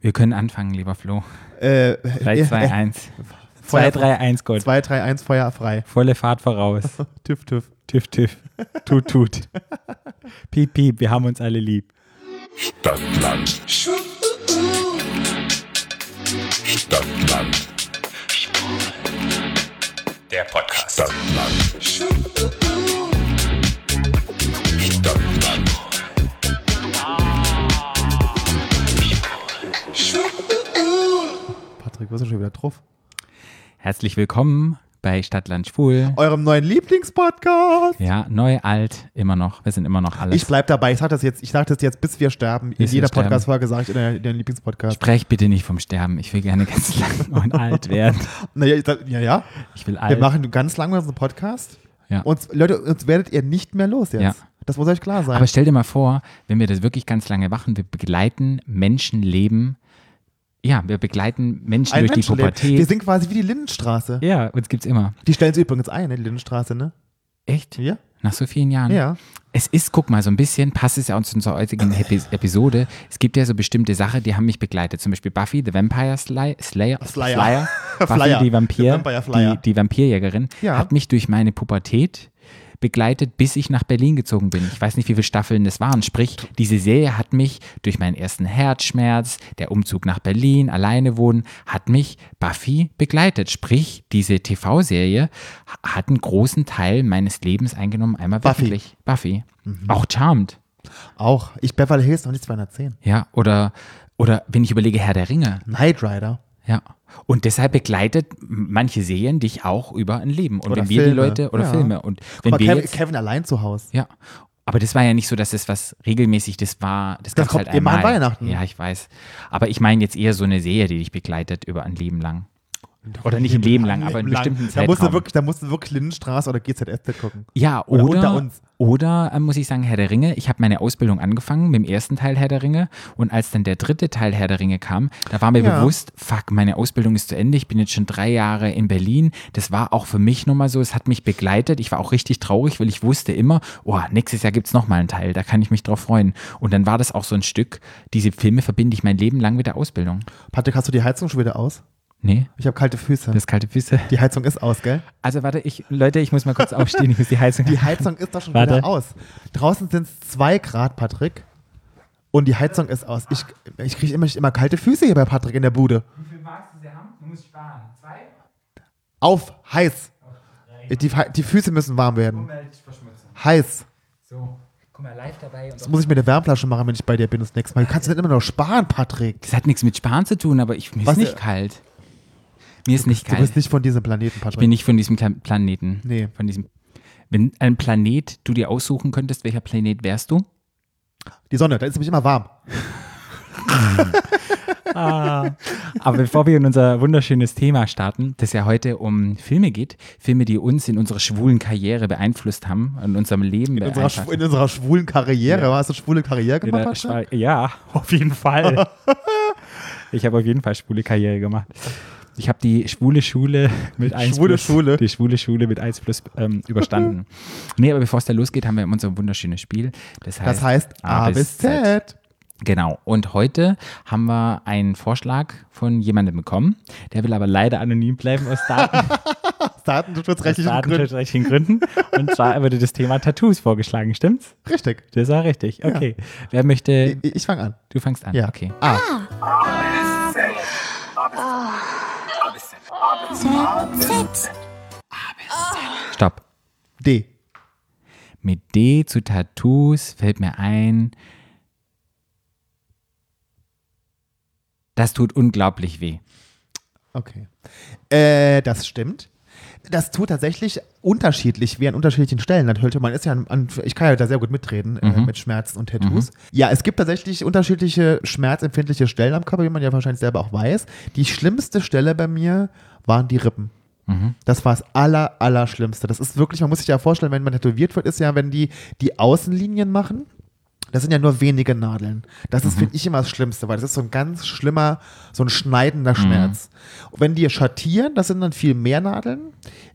Wir können anfangen, lieber Flo. Äh, 3, 2, 1. 2, 3, 1, Gott. 2, 3, 1, Feuer frei. Volle Fahrt voraus. Tüff, tüff. Tiff, tiff. Tut, tut. Piep, piep. Wir haben uns alle lieb. Stadtland. Stadtland. Der Podcast. Stadtland. Stadtland. Patrick, was ist schon wieder drauf? Herzlich willkommen bei Stadtland Schwul. Eurem neuen Lieblingspodcast. Ja, neu, alt, immer noch. Wir sind immer noch alles. Ich bleib dabei. Ich sag das jetzt, ich sag das jetzt, bis wir sterben. In Bis wir jeder sterben. Podcast-Folge sage ich dein dein Lieblingspodcast. Sprech bitte nicht vom Sterben. Ich will gerne ganz lang und alt werden. Naja, ich sag- ja, ja. Ich will Wir alt. machen ganz lange unseren Podcast. Ja. Uns, Leute, uns werdet ihr nicht mehr los jetzt. Ja. Das muss euch klar sein. Aber stell dir mal vor, wenn wir das wirklich ganz lange machen, wir begleiten Menschenleben. Ja, wir begleiten Menschen Ein durch die Menschenleben. Pubertät. Wir sind quasi wie die Lindenstraße. ja, uns gibt's immer. Die stellen sie übrigens ein, ne? die Lindenstraße, ne? Echt? Ja? Nach so vielen Jahren? Ja. Es ist, guck mal, so ein bisschen passt es ja auch zu unserer heutigen Epi Episode. Es gibt ja so bestimmte Sachen, die haben mich begleitet. Zum Beispiel Buffy, the Vampire Sly Slayer. Slayer. Buffy, Flyer. die Vampir. The Vampire Flyer. Die, die Vampirjägerin. Ja. Hat mich durch meine Pubertät begleitet, bis ich nach Berlin gezogen bin. Ich weiß nicht, wie viele Staffeln das waren. Sprich, diese Serie hat mich durch meinen ersten Herzschmerz, der Umzug nach Berlin, alleine wohnen, hat mich Buffy begleitet. Sprich, diese TV-Serie hat einen großen Teil meines Lebens eingenommen, einmal Buffy. Mhm. wöchentlich. Buffy. Auch Charmed. Auch. Ich Beverly Hills noch nicht 210. Ja, oder, oder wenn ich überlege, Herr der Ringe. Knight Rider. Ja. Und deshalb begleitet m- manche Serien dich auch über ein Leben. Und Oder wenn wir die Filme. Leute oder Ja. Filme und wenn Guck mal, wir Kevin, jetzt, Kevin allein zu Hause. ja. Aber das war ja nicht so, dass es was regelmäßig das war. Das, gab's kommt halt immer an einmal. Weihnachten. Ja, ich weiß. Aber ich meine jetzt eher so eine Serie, die dich begleitet über ein Leben lang. Oder nicht ein Leben lang, aber einen Lang. bestimmten da musst, du Zeitraum. wirklich, da musst du wirklich Lindenstraße oder GZSZ gucken. Ja, Oder oder, unter uns. Oder äh, muss ich sagen, Herr der Ringe, ich habe meine Ausbildung angefangen mit dem ersten Teil Herr der Ringe und als dann der dritte Teil Herr der Ringe kam, da war mir Ja. bewusst, fuck, meine Ausbildung ist zu Ende, ich bin jetzt schon drei Jahre in Berlin, das war auch für mich nochmal so, es hat mich begleitet, ich war auch richtig traurig, weil ich wusste immer, oh, nächstes Jahr gibt's noch nochmal einen Teil, da kann ich mich drauf freuen. Und dann war das auch so ein Stück, diese Filme verbinde ich mein Leben lang mit der Ausbildung. Patrick, hast du die Heizung schon wieder aus? Nee, Ich habe kalte Füße. das kalte Füße. die Heizung ist aus, gell? Also warte, ich, Leute, ich muss mal kurz aufstehen, ich muss die Heizung Die Heizung ist doch schon Warte. wieder aus. Draußen sind es zwei Grad, Patrick. Und die Heizung ist aus. Ich, ich kriege immer, immer kalte Füße hier bei Patrick in der Bude. Wie viel magst du sie haben? Du musst sparen. Zwei? Auf, heiß. Die, die Füße müssen warm werden. Umweltverschmutzung. Heiß. So, guck mal, live dabei. Und Jetzt muss ich mir eine Wärmflasche machen, wenn ich bei dir bin das nächste Mal. Du kannst nicht immer noch sparen, Patrick. das hat nichts mit Sparen zu tun, aber ich, mir Was, ist nicht äh, kalt. Mir ist nicht Du kalt. bist nicht von diesem Planeten, ich bin Patrick. nicht von diesem Kle- Planeten. Nee. Von diesem. Wenn ein Planet du dir aussuchen könntest, welcher Planet wärst du? Die Sonne, da ist nämlich immer warm. Aber bevor wir in unser wunderschönes Thema starten, das ja heute um Filme geht, Filme, die uns in unserer schwulen Karriere beeinflusst haben, in unserem Leben In unserer, beeinflusst schw- in unserer schwulen Karriere. Hast du schwule Karriere In der gemacht, ne? Patrick? Schwe- ja, auf jeden Fall. ich habe auf jeden Fall schwule Karriere gemacht. Ich habe die schwule Schule mit 1 Schwule plus, Schule. Die schwule Schule mit 1 plus ähm, überstanden. nee, aber bevor es da losgeht, haben wir immer so ein wunderschönes Spiel. Das heißt, Das heißt A bis Z. Genau. Und heute haben wir einen Vorschlag von jemandem bekommen. Der will aber leider anonym bleiben aus Daten, Aus aus Datenschutzrechtlichen Gründen. datenschutzrechtlichen Gründen. Und zwar wurde das Thema Tattoos vorgeschlagen, stimmt's? Richtig. Das war richtig. Okay. Wer möchte. Ich, ich fange an. Du fängst an. Ja. Okay. A. Stopp. D. Mit D zu Tattoos fällt mir ein, das tut unglaublich weh. Okay. Äh, das stimmt. Das tut tatsächlich unterschiedlich, wie an unterschiedlichen Stellen. Natürlich, man ist ja an, an, ich kann ja da sehr gut mitreden äh, mit Schmerzen und Tattoos. Ja, es gibt tatsächlich unterschiedliche schmerzempfindliche Stellen am Körper, wie man ja wahrscheinlich selber auch weiß. Die schlimmste Stelle bei mir waren die Rippen. Das war das aller, aller Schlimmste. Das ist wirklich, man muss sich ja vorstellen, wenn man tätowiert wird, ist ja, wenn die die Außenlinien machen, das sind ja nur wenige Nadeln. Das ist, finde ich, immer das Schlimmste, weil das ist so ein ganz schlimmer, so ein schneidender Schmerz. Und wenn die schattieren, das sind dann viel mehr Nadeln.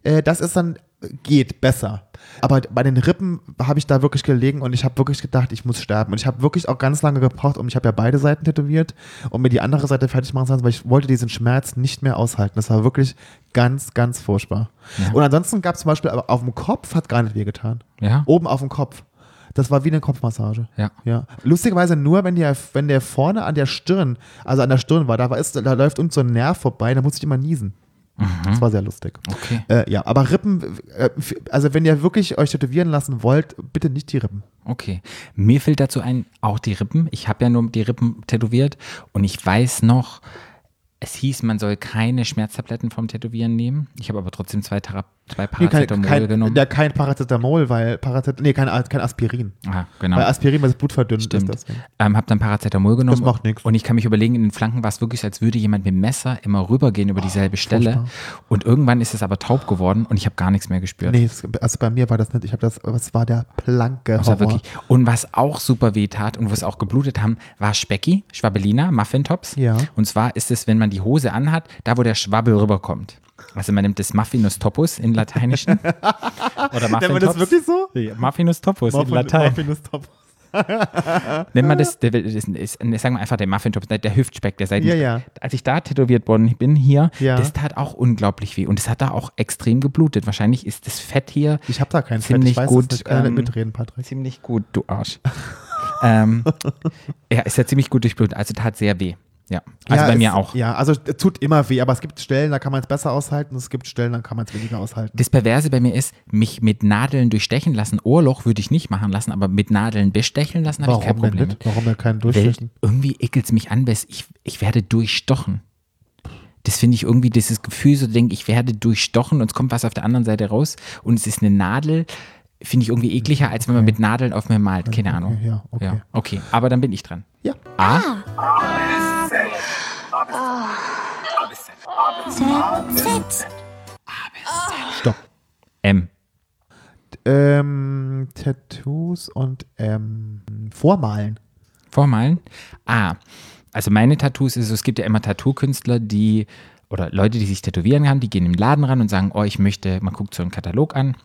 Äh, das ist dann geht besser. Aber bei den Rippen habe ich da wirklich gelegen und ich habe wirklich gedacht, ich muss sterben. Und ich habe wirklich auch ganz lange gebraucht, um ich habe ja beide Seiten tätowiert, um mir die andere Seite fertig machen zu lassen, weil ich wollte diesen Schmerz nicht mehr aushalten. Das war wirklich ganz, ganz furchtbar. Und ansonsten gab es zum Beispiel, aber auf dem Kopf hat gar nicht wehgetan. Ja. Oben auf dem Kopf. Das war wie eine Kopfmassage. Ja. ja. Lustigerweise nur, wenn der, wenn der vorne an der Stirn, also an der Stirn war, da, war ist, da läuft uns so ein Nerv vorbei, da musste ich immer niesen. Das war sehr lustig. Mhm. Okay. Äh, ja, aber Rippen, äh, f- also wenn ihr wirklich euch tätowieren lassen wollt, bitte nicht die Rippen. Okay. Mir fällt dazu ein, auch die Rippen. Ich habe ja nur die Rippen tätowiert und ich weiß noch, es hieß, man soll keine Schmerztabletten vom Tätowieren nehmen. Ich habe aber trotzdem zwei, Tara zwei Nee, Paracetamol kein, genommen. Ja, kein Paracetamol, weil Paracetamol, nee, kein, kein Aspirin. Ah, genau. Weil Aspirin, weil es Blut verdünnt Stimmt. ist. Das. Ähm, hab dann Paracetamol genommen. Das macht nix. Und ich kann mich überlegen, in den Flanken war es wirklich, als würde jemand mit dem Messer immer rübergehen über dieselbe Stelle. Und irgendwann ist es aber taub geworden und ich habe gar nichts mehr gespürt. Nee, das, also bei mir war das nicht, ich habe das, das war der Planke. Das war wirklich. Und was auch super weh tat und wo es auch geblutet haben, war Specki, Schwabbelina, Muffintops. Ja. Und zwar ist es, wenn man die Hose anhat, da wo der Schwabbel rüberkommt. Also man nimmt das Muffinus topus in Lateinischen. Oder Nennt man das Muffintops. wirklich so? Ja, Muffinus topus in Morphin- Latein. Morphinus top. Nennt Äh. man das, der, das ist, ne, sagen wir einfach der Muffintop, der- der Hüftspeck, der Seiten. Ja, ja. Als ich da tätowiert worden bin hier, Ja. das tat auch unglaublich weh und es hat da auch extrem geblutet. Wahrscheinlich ist das Fett hier Ich habe da keinen Ziemlich ich weiß gut, das nicht. Kann ja nicht ähm, mitreden, Patrick. ziemlich gut, du Arsch. ähm, ja, ist ja ziemlich gut durchblutet, also tat sehr weh. Ja, also ja, bei es, mir auch. Ja, also es tut immer weh, aber es gibt Stellen, da kann man es besser aushalten, es gibt Stellen, da kann man es weniger aushalten. Das Perverse bei mir ist, mich mit Nadeln durchstechen lassen. Ohrloch würde ich nicht machen lassen, aber mit Nadeln bestechen lassen habe ich kein denn Problem. nicht? Warum denn keinen Weil durchstechen? irgendwie ekelt es mich an, weil es- ich, ich werde durchstochen. Das finde ich irgendwie dieses Gefühl, so denke ich, werde durchstochen und es kommt was auf der anderen Seite raus und es ist eine Nadel, finde ich irgendwie ekliger, als wenn man mit Nadeln auf mir malt. Keine Ahnung. ja, okay. okay. Aber dann bin ich dran. Ja. A. Stopp. M. Ähm, Tattoos und ähm, Vormalen. Vormalen. A. Also meine Tattoos ist so, es gibt ja immer Tattoo-Künstler, die oder Leute, die sich tätowieren haben, die gehen im Laden ran und sagen, oh, ich möchte, man guckt so einen Katalog an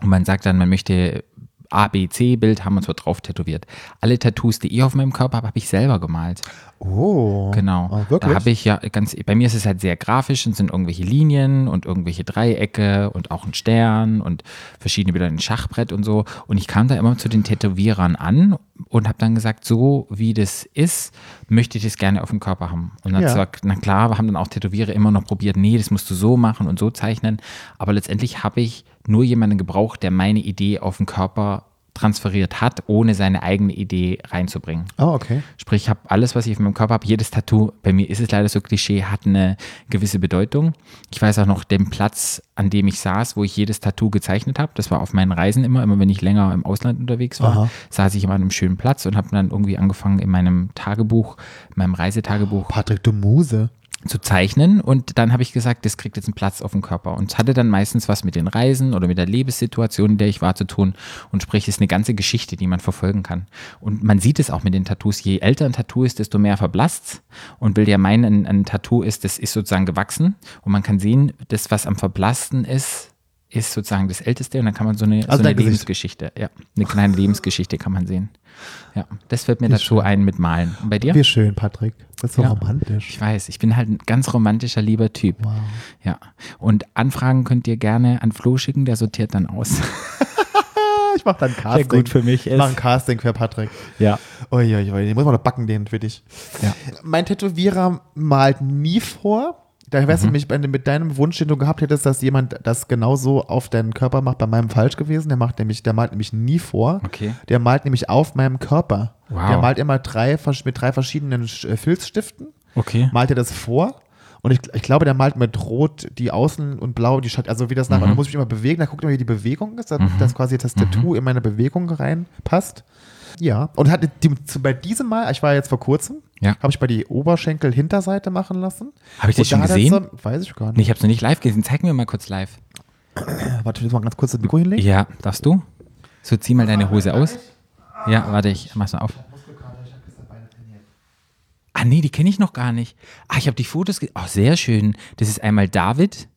und man sagt dann, man möchte A, B, C Bild haben und so drauf tätowiert. Alle Tattoos, die ich auf meinem Körper habe, habe ich selber gemalt. Oh. Genau. Oh, wirklich? Da habe ich ja ganz, bei mir ist es halt sehr grafisch und sind irgendwelche Linien und irgendwelche Dreiecke und auch ein Stern und verschiedene Bilder, ein Schachbrett und so. Und ich kam da immer zu den Tätowierern an und habe dann gesagt, so wie das ist, möchte ich das gerne auf dem Körper haben. Und dann Ja. sagt, na klar, wir haben dann auch Tätowierer immer noch probiert, nee, das musst du so machen und so zeichnen. Aber letztendlich habe ich nur jemanden gebraucht, der meine Idee auf den Körper transferiert hat, ohne seine eigene Idee reinzubringen. Oh, okay. Sprich, ich habe alles, was ich auf meinem Körper habe, jedes Tattoo, bei mir ist es leider so Klischee, hat eine gewisse Bedeutung. Ich weiß auch noch den Platz, an dem ich saß, wo ich jedes Tattoo gezeichnet habe. Das war auf meinen Reisen immer, immer wenn ich länger im Ausland unterwegs war, Aha. saß ich immer an einem schönen Platz und habe dann irgendwie angefangen, in meinem Tagebuch, in meinem Reisetagebuch Patrick, du Muse. zu zeichnen. Und dann habe ich gesagt, das kriegt jetzt einen Platz auf dem Körper. Und es hatte dann meistens was mit den Reisen oder mit der Lebenssituation, in der ich war, zu tun. Und sprich, es ist eine ganze Geschichte, die man verfolgen kann. Und man sieht es auch mit den Tattoos. Je älter ein Tattoo ist, desto mehr verblasst Und will ja meinen, ein, ein Tattoo ist, das ist sozusagen gewachsen. Und man kann sehen, das, was am verblassten ist, ist sozusagen das Älteste und dann kann man so eine, Also so eine dein Gesicht. Lebensgeschichte, ja, eine kleine Lebensgeschichte kann man sehen. Ja, das fällt mir dazu ein mit Malen. Und bei dir? Wie schön, Patrick. Das ist so Ja. romantisch. Ich weiß, ich bin halt ein ganz romantischer, lieber Typ. Ja. Und Anfragen könnt ihr gerne an Flo schicken, der sortiert dann aus. Ah, ich mache dann Casting. gut für mich Ich ist. mache ein Casting für Patrick. Ja. Uiuiui, den muss man doch backen, den für dich. Ja. Mein Tätowierer malt nie vor. Da wärst Mhm. du mich bei- mit deinem Wunsch, den du gehabt hättest, dass jemand das genauso auf deinen Körper macht, bei meinem falsch gewesen. Der macht nämlich, der malt nämlich nie vor. Okay. Der malt nämlich auf meinem Körper. Wow. Der malt immer drei, versch- mit drei verschiedenen Sch- äh, Filzstiften. Okay. Malt er das vor. Und ich, ich glaube, der malt mit Rot die Außen und Blau die Stadt, also wie das nach. Mhm. Und dann muss ich mich immer bewegen, da guckt er, wie die Bewegung ist, dass, dass quasi das Mhm. Tattoo in meine Bewegung reinpasst. Ja, und hatte die, zu- bei diesem Mal, ich war jetzt vor kurzem, Ja. habe ich bei die Oberschenkel-Hinterseite machen lassen. Hab ich das Und schon da hat er gesehen? So, weiß ich gar Nee, nicht. ich habe es noch nicht live gesehen. Zeig mir mal kurz live. Warte, ich muss mal ganz kurz das Mikro hinlegen. Ja, darfst du? So, zieh mal deine Hose aus. Ja, warte, ich mach's mal auf. Ah, nee, die kenne ich noch gar nicht. Ah, ich habe die Fotos Mhm. gesehen. Ach, sehr schön. Das ist einmal David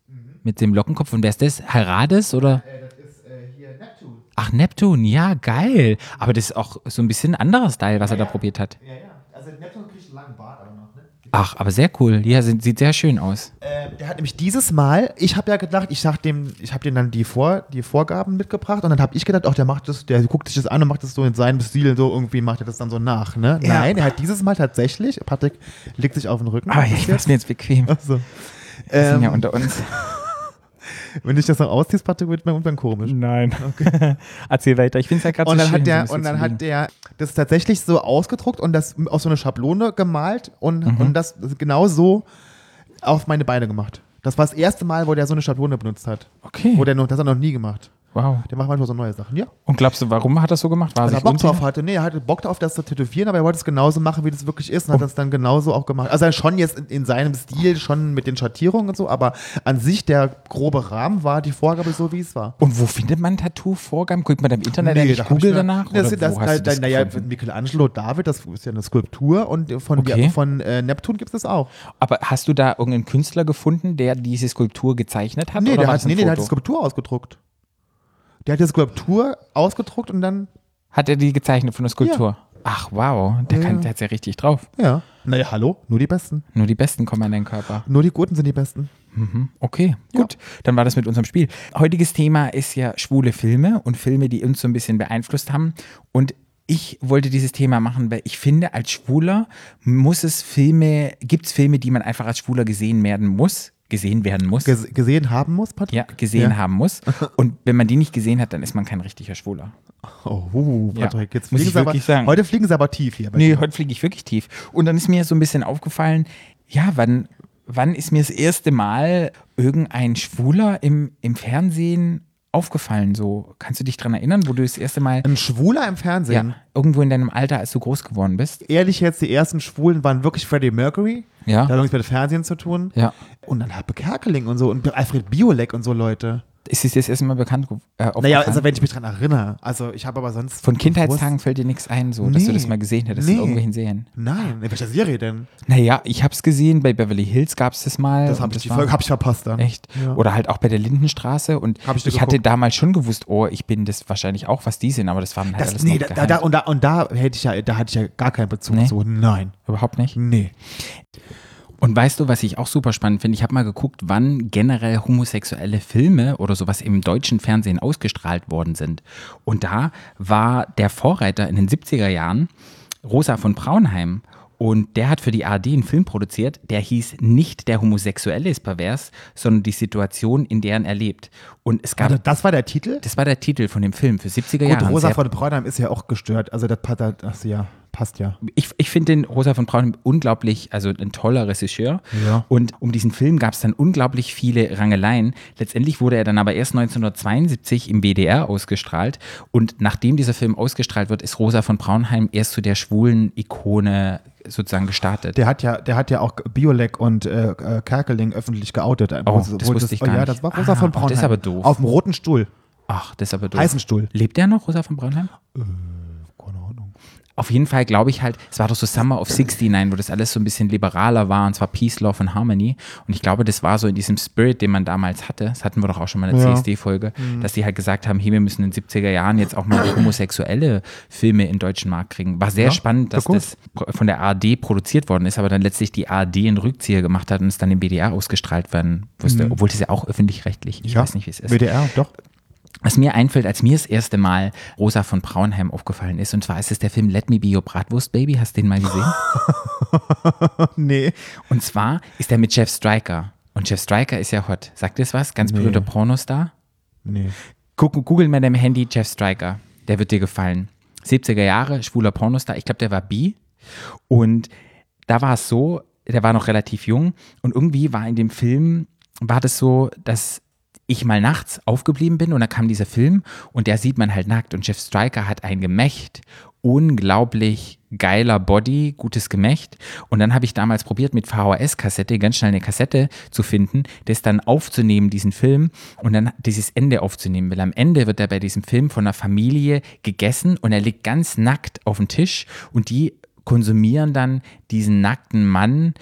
mit dem Lockenkopf. Und wer ist das? Herades oder? Äh, Ach, Neptun, ja, geil. Aber das ist auch so ein bisschen ein anderer Style, was er da probiert hat. Ja, ja. Also Neptun kriegt einen langen Bart aber noch, ne? Ach, aber sehr cool. Ja, sind, sieht sehr schön aus. Ähm, der hat nämlich dieses Mal, ich habe ja gedacht, ich sag dem, ich habe dem dann die, Vor, die Vorgaben mitgebracht und dann habe ich gedacht, ach, der macht das, der guckt sich das an und macht das so in seinem Stil so irgendwie macht er das dann so nach, ne? Ja. Nein, er hat dieses Mal tatsächlich, Patrick legt sich auf den Rücken. Aber ich mach's mir jetzt bequem. Wir Also, sind ja ähm, unter uns. wenn ich das noch ausziehe, Patrick, wird mir irgendwann komisch. Nein. Okay. Erzähl weiter. Ich find's ja gerade Und dann, hat der, und dann hat der das tatsächlich so ausgedruckt und das auf so eine Schablone gemalt und, Mhm. und das genau so auf meine Beine gemacht. Das war das erste Mal, wo der so eine Schablone benutzt hat. Okay. Wo der noch, das hat er noch nie gemacht. Wow. Der macht manchmal so neue Sachen, ja. Und glaubst du, warum hat er das so gemacht? War er Weil er sich Bock drauf unsicher? hatte. Nee, er hatte Bock drauf, das zu tätowieren, aber er wollte es genauso machen, wie das wirklich Oh. ist und hat das dann genauso auch gemacht. Also er schon jetzt in, in seinem Stil, schon mit den Schattierungen und so, aber an sich der grobe Rahmen war die Vorgabe so, wie es war. Und wo findet man Tattoo-Vorgaben? Guckt man da im Internet nee, da ich hab ich Google mir- danach? Das, oder das, wo das, hast du das naja, gefunden? Michelangelo David, das ist ja eine Skulptur und von, Okay. von äh, Neptun gibt es das auch. Aber hast du da irgendeinen Künstler gefunden, der diese Skulptur gezeichnet hat? Nee, oder der war hat, das ein nee, nee, der hat die Foto? Skulptur ausgedruckt. Der hat die Skulptur ausgedruckt und dann, Hat er die gezeichnet von der Skulptur? Ach, wow, der, kann, der hat's ja richtig drauf. ja. Naja, hallo, nur die Besten. Nur die Besten kommen an deinen Körper. Nur die Guten sind die Besten. Okay, gut. Dann war das mit unserem Spiel. Heutiges Thema ist ja schwule Filme und Filme, die uns so ein bisschen beeinflusst haben. Und ich wollte dieses Thema machen, weil ich finde, als Schwuler muss es Filme, gibt es Filme, die man einfach als Schwuler gesehen werden muss, gesehen werden muss. Ges gesehen haben muss, Patrick? ja, gesehen Ja. haben muss. Und wenn man die nicht gesehen hat, dann ist man kein richtiger Schwuler. Oh, uh, Ja. Patrick, jetzt Muss fliegen ich sie aber, wirklich sagen. Heute fliegen sie aber tief hier. bei Nee, dir. heute fliege ich wirklich tief. Und dann ist mir so ein bisschen aufgefallen, ja, wann, wann ist mir das erste Mal irgendein Schwuler im, im Fernsehen aufgefallen? So, kannst du dich dran erinnern, wo du das erste Mal Ein Schwuler im Fernsehen. ja, irgendwo in deinem Alter, als du groß geworden bist? Ehrlich jetzt, die ersten Schwulen waren wirklich Freddie Mercury. Ja. Da hat nichts mit Fernsehen zu tun. Ja. Und dann Happe Kerkeling und so und Alfred Biolek und so Leute. Ist es dir das erste Mal bekannt ge- äh, aufgefallen? Naja, also wenn ich mich dran erinnere. Also ich habe aber sonst. Von Kindheitstagen fällt dir nichts ein, so, dass du Nee. das mal gesehen hättest in Nee. irgendwelchen Serien. Nein, in welcher Serie denn? Naja, ich hab's gesehen, bei Beverly Hills gab's das mal. Das und habe ich, die war- Folge habe ich verpasst dann. Echt? Ja. Oder halt auch bei der Lindenstraße. Und Hab ich ich, dir hatte geguckt. damals schon gewusst, oh, ich bin das wahrscheinlich auch, was die sind, aber das war mir halt Das, alles nee, noch da, da, da, geheim. und da, und da hätte ich ja, da hatte ich ja gar keinen Bezug Nee. zu. Nein. Überhaupt nicht. Nee. Und weißt du, was ich auch super spannend finde? Ich habe mal geguckt, wann generell homosexuelle Filme oder sowas im deutschen Fernsehen ausgestrahlt worden sind. Und da war der Vorreiter in den 70er Jahren Rosa von Braunheim. Und der hat für die ARD einen Film produziert, der hieß Nicht der Homosexuelle ist pervers, sondern die Situation, in deren er lebt. Und es gab Warte, Also das war der Titel? Das war der Titel von dem Film für 70er Gut, Jahre. Rosa von Braunheim ist ja auch gestört. Also das passt, ach, so, ja, passt ja. ich ich finde den Rosa von Braun unglaublich, also ein toller Regisseur. Ja. Und um diesen Film gab es dann unglaublich viele Rangeleien. Letztendlich wurde er dann aber erst 1972 im BDR ausgestrahlt. Und nachdem dieser Film ausgestrahlt wird, ist Rosa von Braunheim erst zu der schwulen Ikone sozusagen gestartet. Der hat ja, der hat ja auch Biolek und äh, äh, Kerkeling öffentlich geoutet. Oh, das wusste ich gar Ja, nicht. das war Rosa Ah, von oh, das Braunheim. ist aber doof. Auf dem roten Stuhl. Ach, das ist aber doof. Eisenstuhl. Lebt der noch, Rosa von Braunheim? Keine Ahnung. Auf jeden Fall glaube ich halt, es war doch so Summer of 69, wo das alles so ein bisschen liberaler war, und zwar Peace, Love and Harmony. Und ich glaube, das war so in diesem Spirit, den man damals hatte. Das hatten wir doch auch schon mal in der Ja. Mhm. CSD-Folge, dass die halt gesagt haben, hey, wir müssen in den 70er Jahren jetzt auch mal homosexuelle Filme in den deutschen Markt kriegen. War sehr Ja, spannend, dass ja, cool. das von der ARD produziert worden ist, aber dann letztlich die ARD einen Rückzieher gemacht hat und es dann im BDR ausgestrahlt werden Mhm. musste. Obwohl das ja auch öffentlich-rechtlich, ich weiß nicht, wie es ist. WDR, doch. Was mir einfällt, als mir das erste Mal Rosa von Braunheim aufgefallen ist, und zwar ist es der Film Let Me Be Your Bratwurst Baby. Hast du den mal gesehen? Nee. und zwar ist er mit Jeff Stryker. Und Jeff Stryker ist ja hot. Sagt ihr das was? Ganz berühmter Pornostar. Nee. Guck, google mal deinem Handy Jeff Stryker. Der wird dir gefallen. 70er Jahre, schwuler Pornostar. Ich glaube, der war bi. Und da war es so, der war noch relativ jung. Und irgendwie war in dem Film, war das so, dass ich mal nachts aufgeblieben bin und da kam dieser Film und der sieht man halt nackt. Und Jeff Stryker hat ein Gemächt. Unglaublich geiler Body, gutes Gemächt. Und dann habe ich damals probiert, mit VHS-Kassette ganz schnell eine Kassette zu finden, das dann aufzunehmen, diesen Film, und dann dieses Ende aufzunehmen. Weil am Ende wird er bei diesem Film von einer Familie gegessen und er liegt ganz nackt auf dem Tisch und die konsumieren dann diesen nackten Mann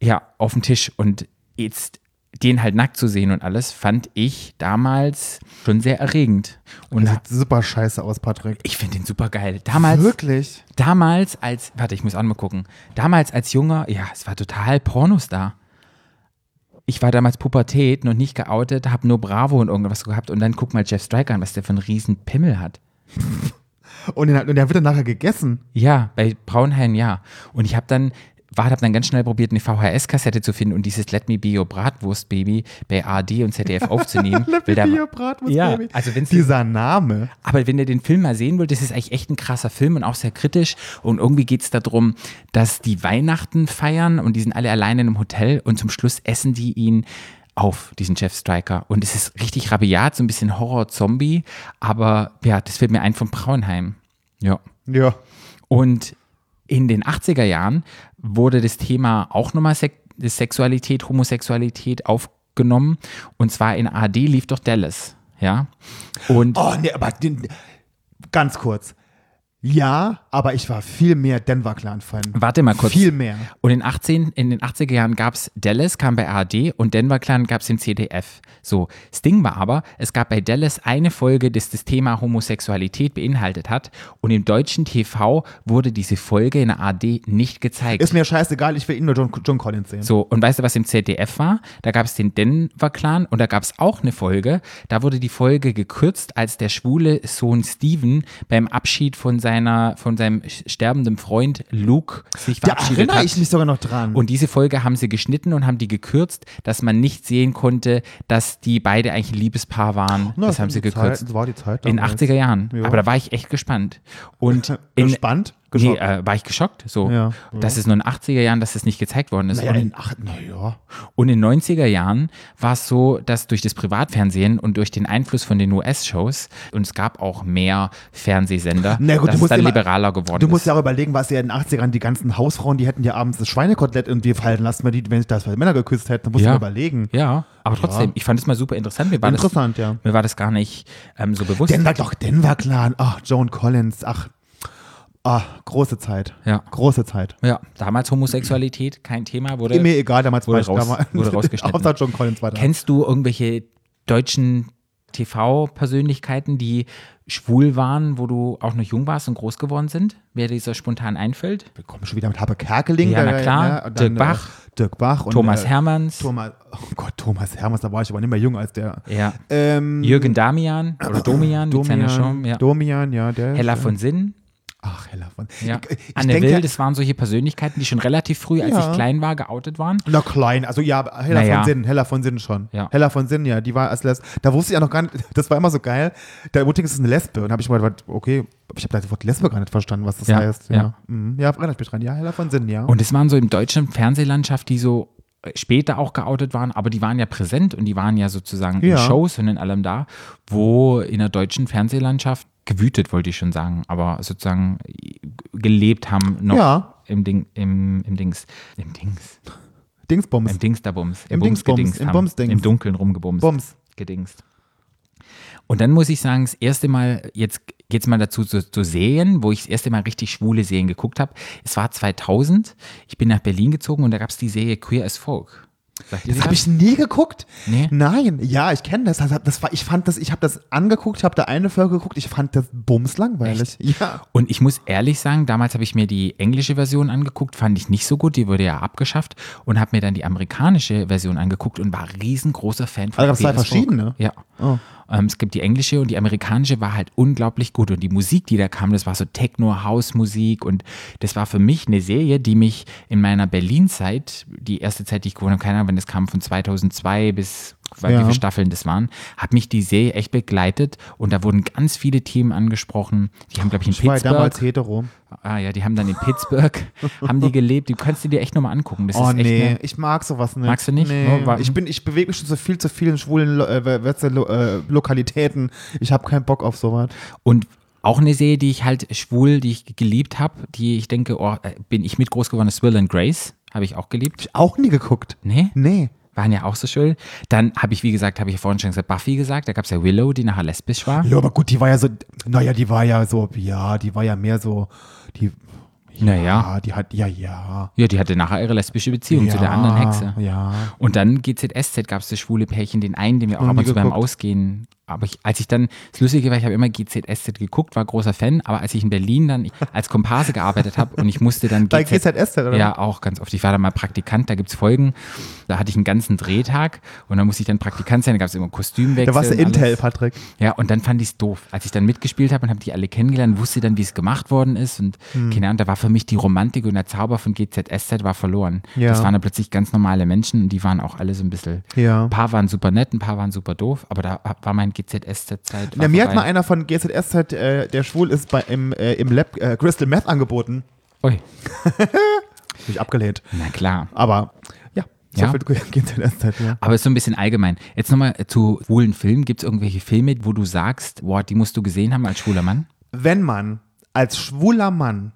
ja auf dem Tisch und jetzt den halt nackt zu sehen und alles, fand ich damals schon sehr erregend. Und Das sieht super scheiße aus, Patrick. ich finde den super geil. Damals, Wirklich? damals als, warte, ich muss auch noch mal gucken. Damals als junger, ja, es war total Pornostar. Ich war damals Pubertät, noch nicht geoutet, habe nur Bravo und irgendwas gehabt und dann guck mal Jeff Striker an, was der für einen riesen Pimmel hat. Und, den, hat- und der wird dann nachher gegessen. Ja, bei Braunhain ja. Und ich habe dann war, habe dann ganz schnell probiert, eine VHS-Kassette zu finden und dieses Let Me Be Your Bratwurst-Baby bei ARD und ZDF aufzunehmen. Weil da- Hier, Bratwurst, ja, Baby. also wenn's Dieser Name. Aber wenn ihr den Film mal sehen wollt, das ist eigentlich echt ein krasser Film und auch sehr kritisch. Und irgendwie geht es darum, dass die Weihnachten feiern und die sind alle alleine in einem Hotel und zum Schluss essen die ihn auf, diesen Jeff Striker. Und es ist richtig rabiat, so ein bisschen Horror-Zombie. Aber ja, das fällt mir ein von Braunheim. Ja. Ja. Und in den 80er Jahren wurde das Thema auch nochmal Sek Sexualität, Homosexualität aufgenommen. Und zwar in AD lief doch Dallas. Ja. Und Oh, nee, aber den, ganz kurz. Ja, aber ich war viel mehr Denver Clan-Fan. Warte mal kurz. Viel mehr. Und in, 18, in den 80er Jahren gab es Dallas, kam bei ARD und Denver Clan gab es im CDF. So, das Ding war aber, es gab bei Dallas eine Folge, das das Thema Homosexualität beinhaltet hat und im deutschen TV wurde diese Folge in der ARD nicht gezeigt. Ist mir scheißegal, ich will ihn nur John, John Collins sehen. so, und weißt du, was im ZDF war? Da gab es den Denver Clan und da gab es auch eine Folge. Da wurde die Folge gekürzt, als der schwule Sohn Steven beim Abschied von seiner, von seinem sterbenden Freund Luke sich Da verabschiedet erinnere hat. ich mich sogar noch dran. Und diese Folge haben sie geschnitten und haben die gekürzt, dass man nicht sehen konnte, dass die beide eigentlich ein Liebespaar waren. Na, das haben sie die gekürzt. Zeit, war die Zeit in damals. 80er Jahren. Ja. Aber da war ich echt gespannt. Und in, Gespannt? Nee, Geschockt? äh, war ich geschockt, so. Ja. Dass es nur in 80er Jahren, dass es nicht gezeigt worden ist. naja, und, in acht, naja. und in 90er Jahren war es so, dass durch das Privatfernsehen und durch den Einfluss von den US-Shows, und es gab auch mehr Fernsehsender, Na gut, du dass es musst dann immer- liberaler geworden Du ist. musst ja auch überlegen, was ja in den 80ern die ganzen Hausfrauen, die hätten ja abends das Schweinekotelett irgendwie fallen lassen, wenn, die, wenn sich das zwei Männer geküsst hätten. Da musst du Ja. mal überlegen. Ja, aber trotzdem, ich fand es mal super interessant. Mir war Interessant, das, ja. Mir war das gar nicht ähm, so bewusst. Denver, doch, Denver Clan. Ach, Joan Collins. Ach, ah, große Zeit. Ja. Große Zeit. ja, damals Homosexualität, kein Thema, wurde. Mir egal, damals wurde war ich raus- damals. wurde rausgeschnitten. Hauptsache Joan Collins weiter. Kennst du irgendwelche deutschen TV-Persönlichkeiten, die schwul waren, wo du auch noch jung warst und groß geworden sind? Wer dir so spontan einfällt? Wir kommen schon wieder mit Habe Kerkeling. Ja, da- na klar. und Dirk Bach. Äh, Dirk Bach. Und, Thomas äh, Hermanns, Thomas, oh Gott, Thomas Hermanns, da war ich aber nicht mehr jung als der. ja. Ähm, Jürgen Damian oder Domian, mit seiner Show, ja. Domian, ja, der. Hella von Sinn, Ach, Hella von. ja. Ich, ich Anne denke, Will, das waren solche Persönlichkeiten, die schon relativ früh, als Ja. ich klein war, geoutet waren. Na klein, also ja, aber Hella Naja. von Sinn, Hella von Sinn schon. Ja. Hella von Sinn, ja, die war als Lesbe. Da wusste ich ja noch gar nicht, das war immer so geil. Da wurde ist es eine Lesbe und habe ich mal gedacht, okay, ich habe das Wort Lesbe gar nicht verstanden, was das Ja, heißt. ja. Ja, mhm. ja erinnert mich dran. Ja, Hella von Sinn, ja. Und es waren so im deutschen Fernsehlandschaft, die so äh, später auch geoutet waren, aber die waren ja präsent und die waren ja sozusagen in Ja. Shows und in allem da, wo in der deutschen Fernsehlandschaft gewütet, wollte ich schon sagen, aber sozusagen äh, gelebt haben noch Ja. im Ding, im, im Dings, im Dings, Dingsbums. im Dingsterbums, Im Bums Dingsbums, gedingst im haben, Bumsdings. im Dunkeln rumgebumst, Bums. gedingst. Und dann muss ich sagen, das erste Mal, jetzt geht's mal dazu zu, zu Serien, wo ich das erste Mal richtig schwule Serien geguckt habe. Es war 2000, ich bin nach Berlin gezogen und da gab's die Serie Queer as Folk. Sagt ihr Das die habe was? ich nie geguckt. Nee. Nein, ja, ich kenne das. Das, hab- das war, ich fand das, ich habe das angeguckt, ich habe da eine Folge geguckt, ich fand das bums langweilig. Ja. Und ich muss ehrlich sagen, damals habe ich mir die englische Version angeguckt, fand ich nicht so gut, die wurde ja abgeschafft und habe mir dann die amerikanische Version angeguckt und war riesengroßer Fan von Also gab's Queer zwei as Folk. verschiedene? Ah. Ja. Oh. Ähm, es gibt die englische und die amerikanische war halt unglaublich gut und die Musik, die da kam, das war so Techno House Musik und das war für mich eine Serie, die mich in meiner Berlin Zeit, die erste Zeit, die ich gewohnt habe, keine Ahnung, wenn das kam von 2002 bis weil wie Ja. viele Staffeln das waren, hat mich die Serie echt begleitet und da wurden ganz viele Themen angesprochen. Die haben glaube ich in Ich war ja Pittsburgh damals hetero. Ah ja, die haben dann in Pittsburgh, haben die gelebt. Die kannst du dir echt nochmal angucken. Das Oh ist echt nee, eine, ich mag sowas nicht. Magst du nicht? Nee. Nur wa- ich bin, ich bewege mich schon zu viel zu vielen schwulen Lo äh, weißt du, Lo äh, Lokalitäten. Ich habe keinen Bock auf sowas. Und auch eine Serie, die ich halt schwul, die ich geliebt habe, die ich denke, oh, äh, bin ich mit groß geworden, ist Will and Grace. Habe ich auch geliebt. Ich auch nie geguckt. Nee? Nee. Waren ja auch so schön. Dann habe ich, wie gesagt, habe ich ja vorhin schon gesagt, Buffy gesagt. Da gab es ja Willow, die nachher lesbisch war. Ja, aber gut, die war ja so, naja, die war ja so, ja, die war ja mehr so, die, Naja. die hat, ja, ja. Ja, die hatte nachher ihre lesbische Beziehung zu der Ja, anderen Hexe. Ja. Und dann GZSZ gab es das schwule Pärchen, den einen, den wir auch Noch ab nie und zu beim geguckt. Ausgehen. Aber ich, als ich dann, das Lustige war, ich habe immer GZSZ geguckt, war großer Fan, aber als ich in Berlin dann als Komparse gearbeitet habe und ich musste dann Bei GZSZ, oder? Ja, auch ganz oft. Ich war da mal Praktikant, da gibt es Folgen, da hatte ich einen ganzen Drehtag und dann musste ich dann Praktikant sein, da gab es immer Kostümwechsel. Da warst du und alles. Intel, Patrick. Ja, und dann fand ich es doof. Als ich dann mitgespielt habe und habe die alle kennengelernt, wusste dann, wie es gemacht worden ist. Und Hm. keine Ahnung, da war für mich die Romantik und der Zauber von GZSZ war verloren. Ja. Das waren dann plötzlich ganz normale Menschen und die waren auch alle so ein bisschen. Ja. Ein paar waren super nett, ein paar waren super doof, aber da war mein GZSZ-Zeit. Na, mir hat mal einer von GZSZ, äh, der schwul ist, bei, im, äh, im Lab äh, Crystal Meth angeboten. Ui, Hab ich abgelehnt. na klar. Aber ja, so Ja. viel GZSZ, halt, ja. Aber ist so ein bisschen allgemein. Jetzt nochmal zu schwulen Filmen. Gibt es irgendwelche Filme, wo du sagst, boah, die musst du gesehen haben als schwuler Mann? Wenn man als schwuler Mann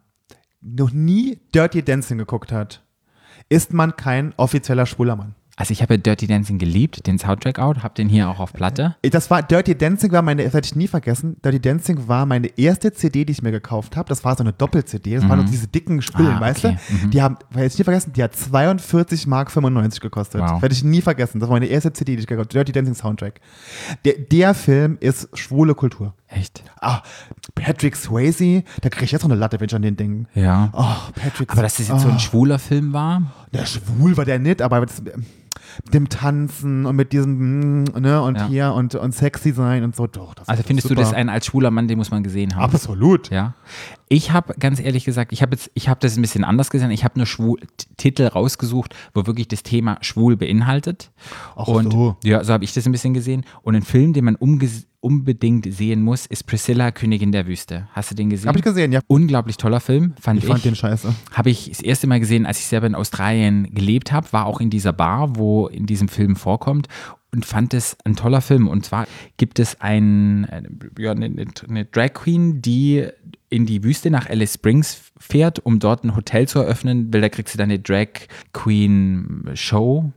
noch nie Dirty Dancing geguckt hat, ist man kein offizieller schwuler Mann. Also ich habe ja Dirty Dancing geliebt, den Soundtrack out, habe den hier auch auf Platte. Das war Dirty Dancing war meine, das hätte ich nie vergessen. Dirty Dancing war meine erste CD, die ich mir gekauft habe. Das war so eine Doppel-CD. Das waren nur diese dicken Spülen, Ah, weißt okay. du? Die haben, werde ich nie vergessen, die hat 42,95 Mark gekostet. Wow. Werde ich nie vergessen. Das war meine erste CD, die ich gekauft habe. Dirty Dancing Soundtrack. Der, der Film ist schwule Kultur. Echt? Ah, Patrick Swayze, da kriege ich jetzt noch eine Latte, wenn ich an den denke. Ja. Oh, Patrick Aber dass das jetzt so Ah. ein schwuler Film war, der schwul war der nicht, aber mit mit dem Tanzen und mit diesem, mm, ne, und Ja. hier und, und sexy sein und so, doch. Das Also ist findest super. du das ein als schwuler Mann, den muss man gesehen haben? Absolut. Ja. Ich habe ganz ehrlich gesagt, ich habe jetzt, ich habe das ein bisschen anders gesehen. Ich habe nur schwul T- Titel rausgesucht, wo wirklich das Thema schwul beinhaltet. Ach und so. ja, so habe ich das ein bisschen gesehen. Und ein Film, den man umges- unbedingt sehen muss, ist Priscilla, Königin der Wüste. Hast du den gesehen? Hab ich gesehen, ja. Unglaublich toller Film, fand ich. Ich fand den scheiße. Habe ich das erste Mal gesehen, als ich selber in Australien gelebt habe, war auch in dieser Bar, wo in diesem Film vorkommt und fand es ein toller Film. Und zwar gibt es ein, eine, ja, eine, eine- eine Drag Queen, die in die Wüste nach Alice Springs fährt, um dort ein Hotel zu eröffnen, weil da kriegt sie dann eine Drag Queen Show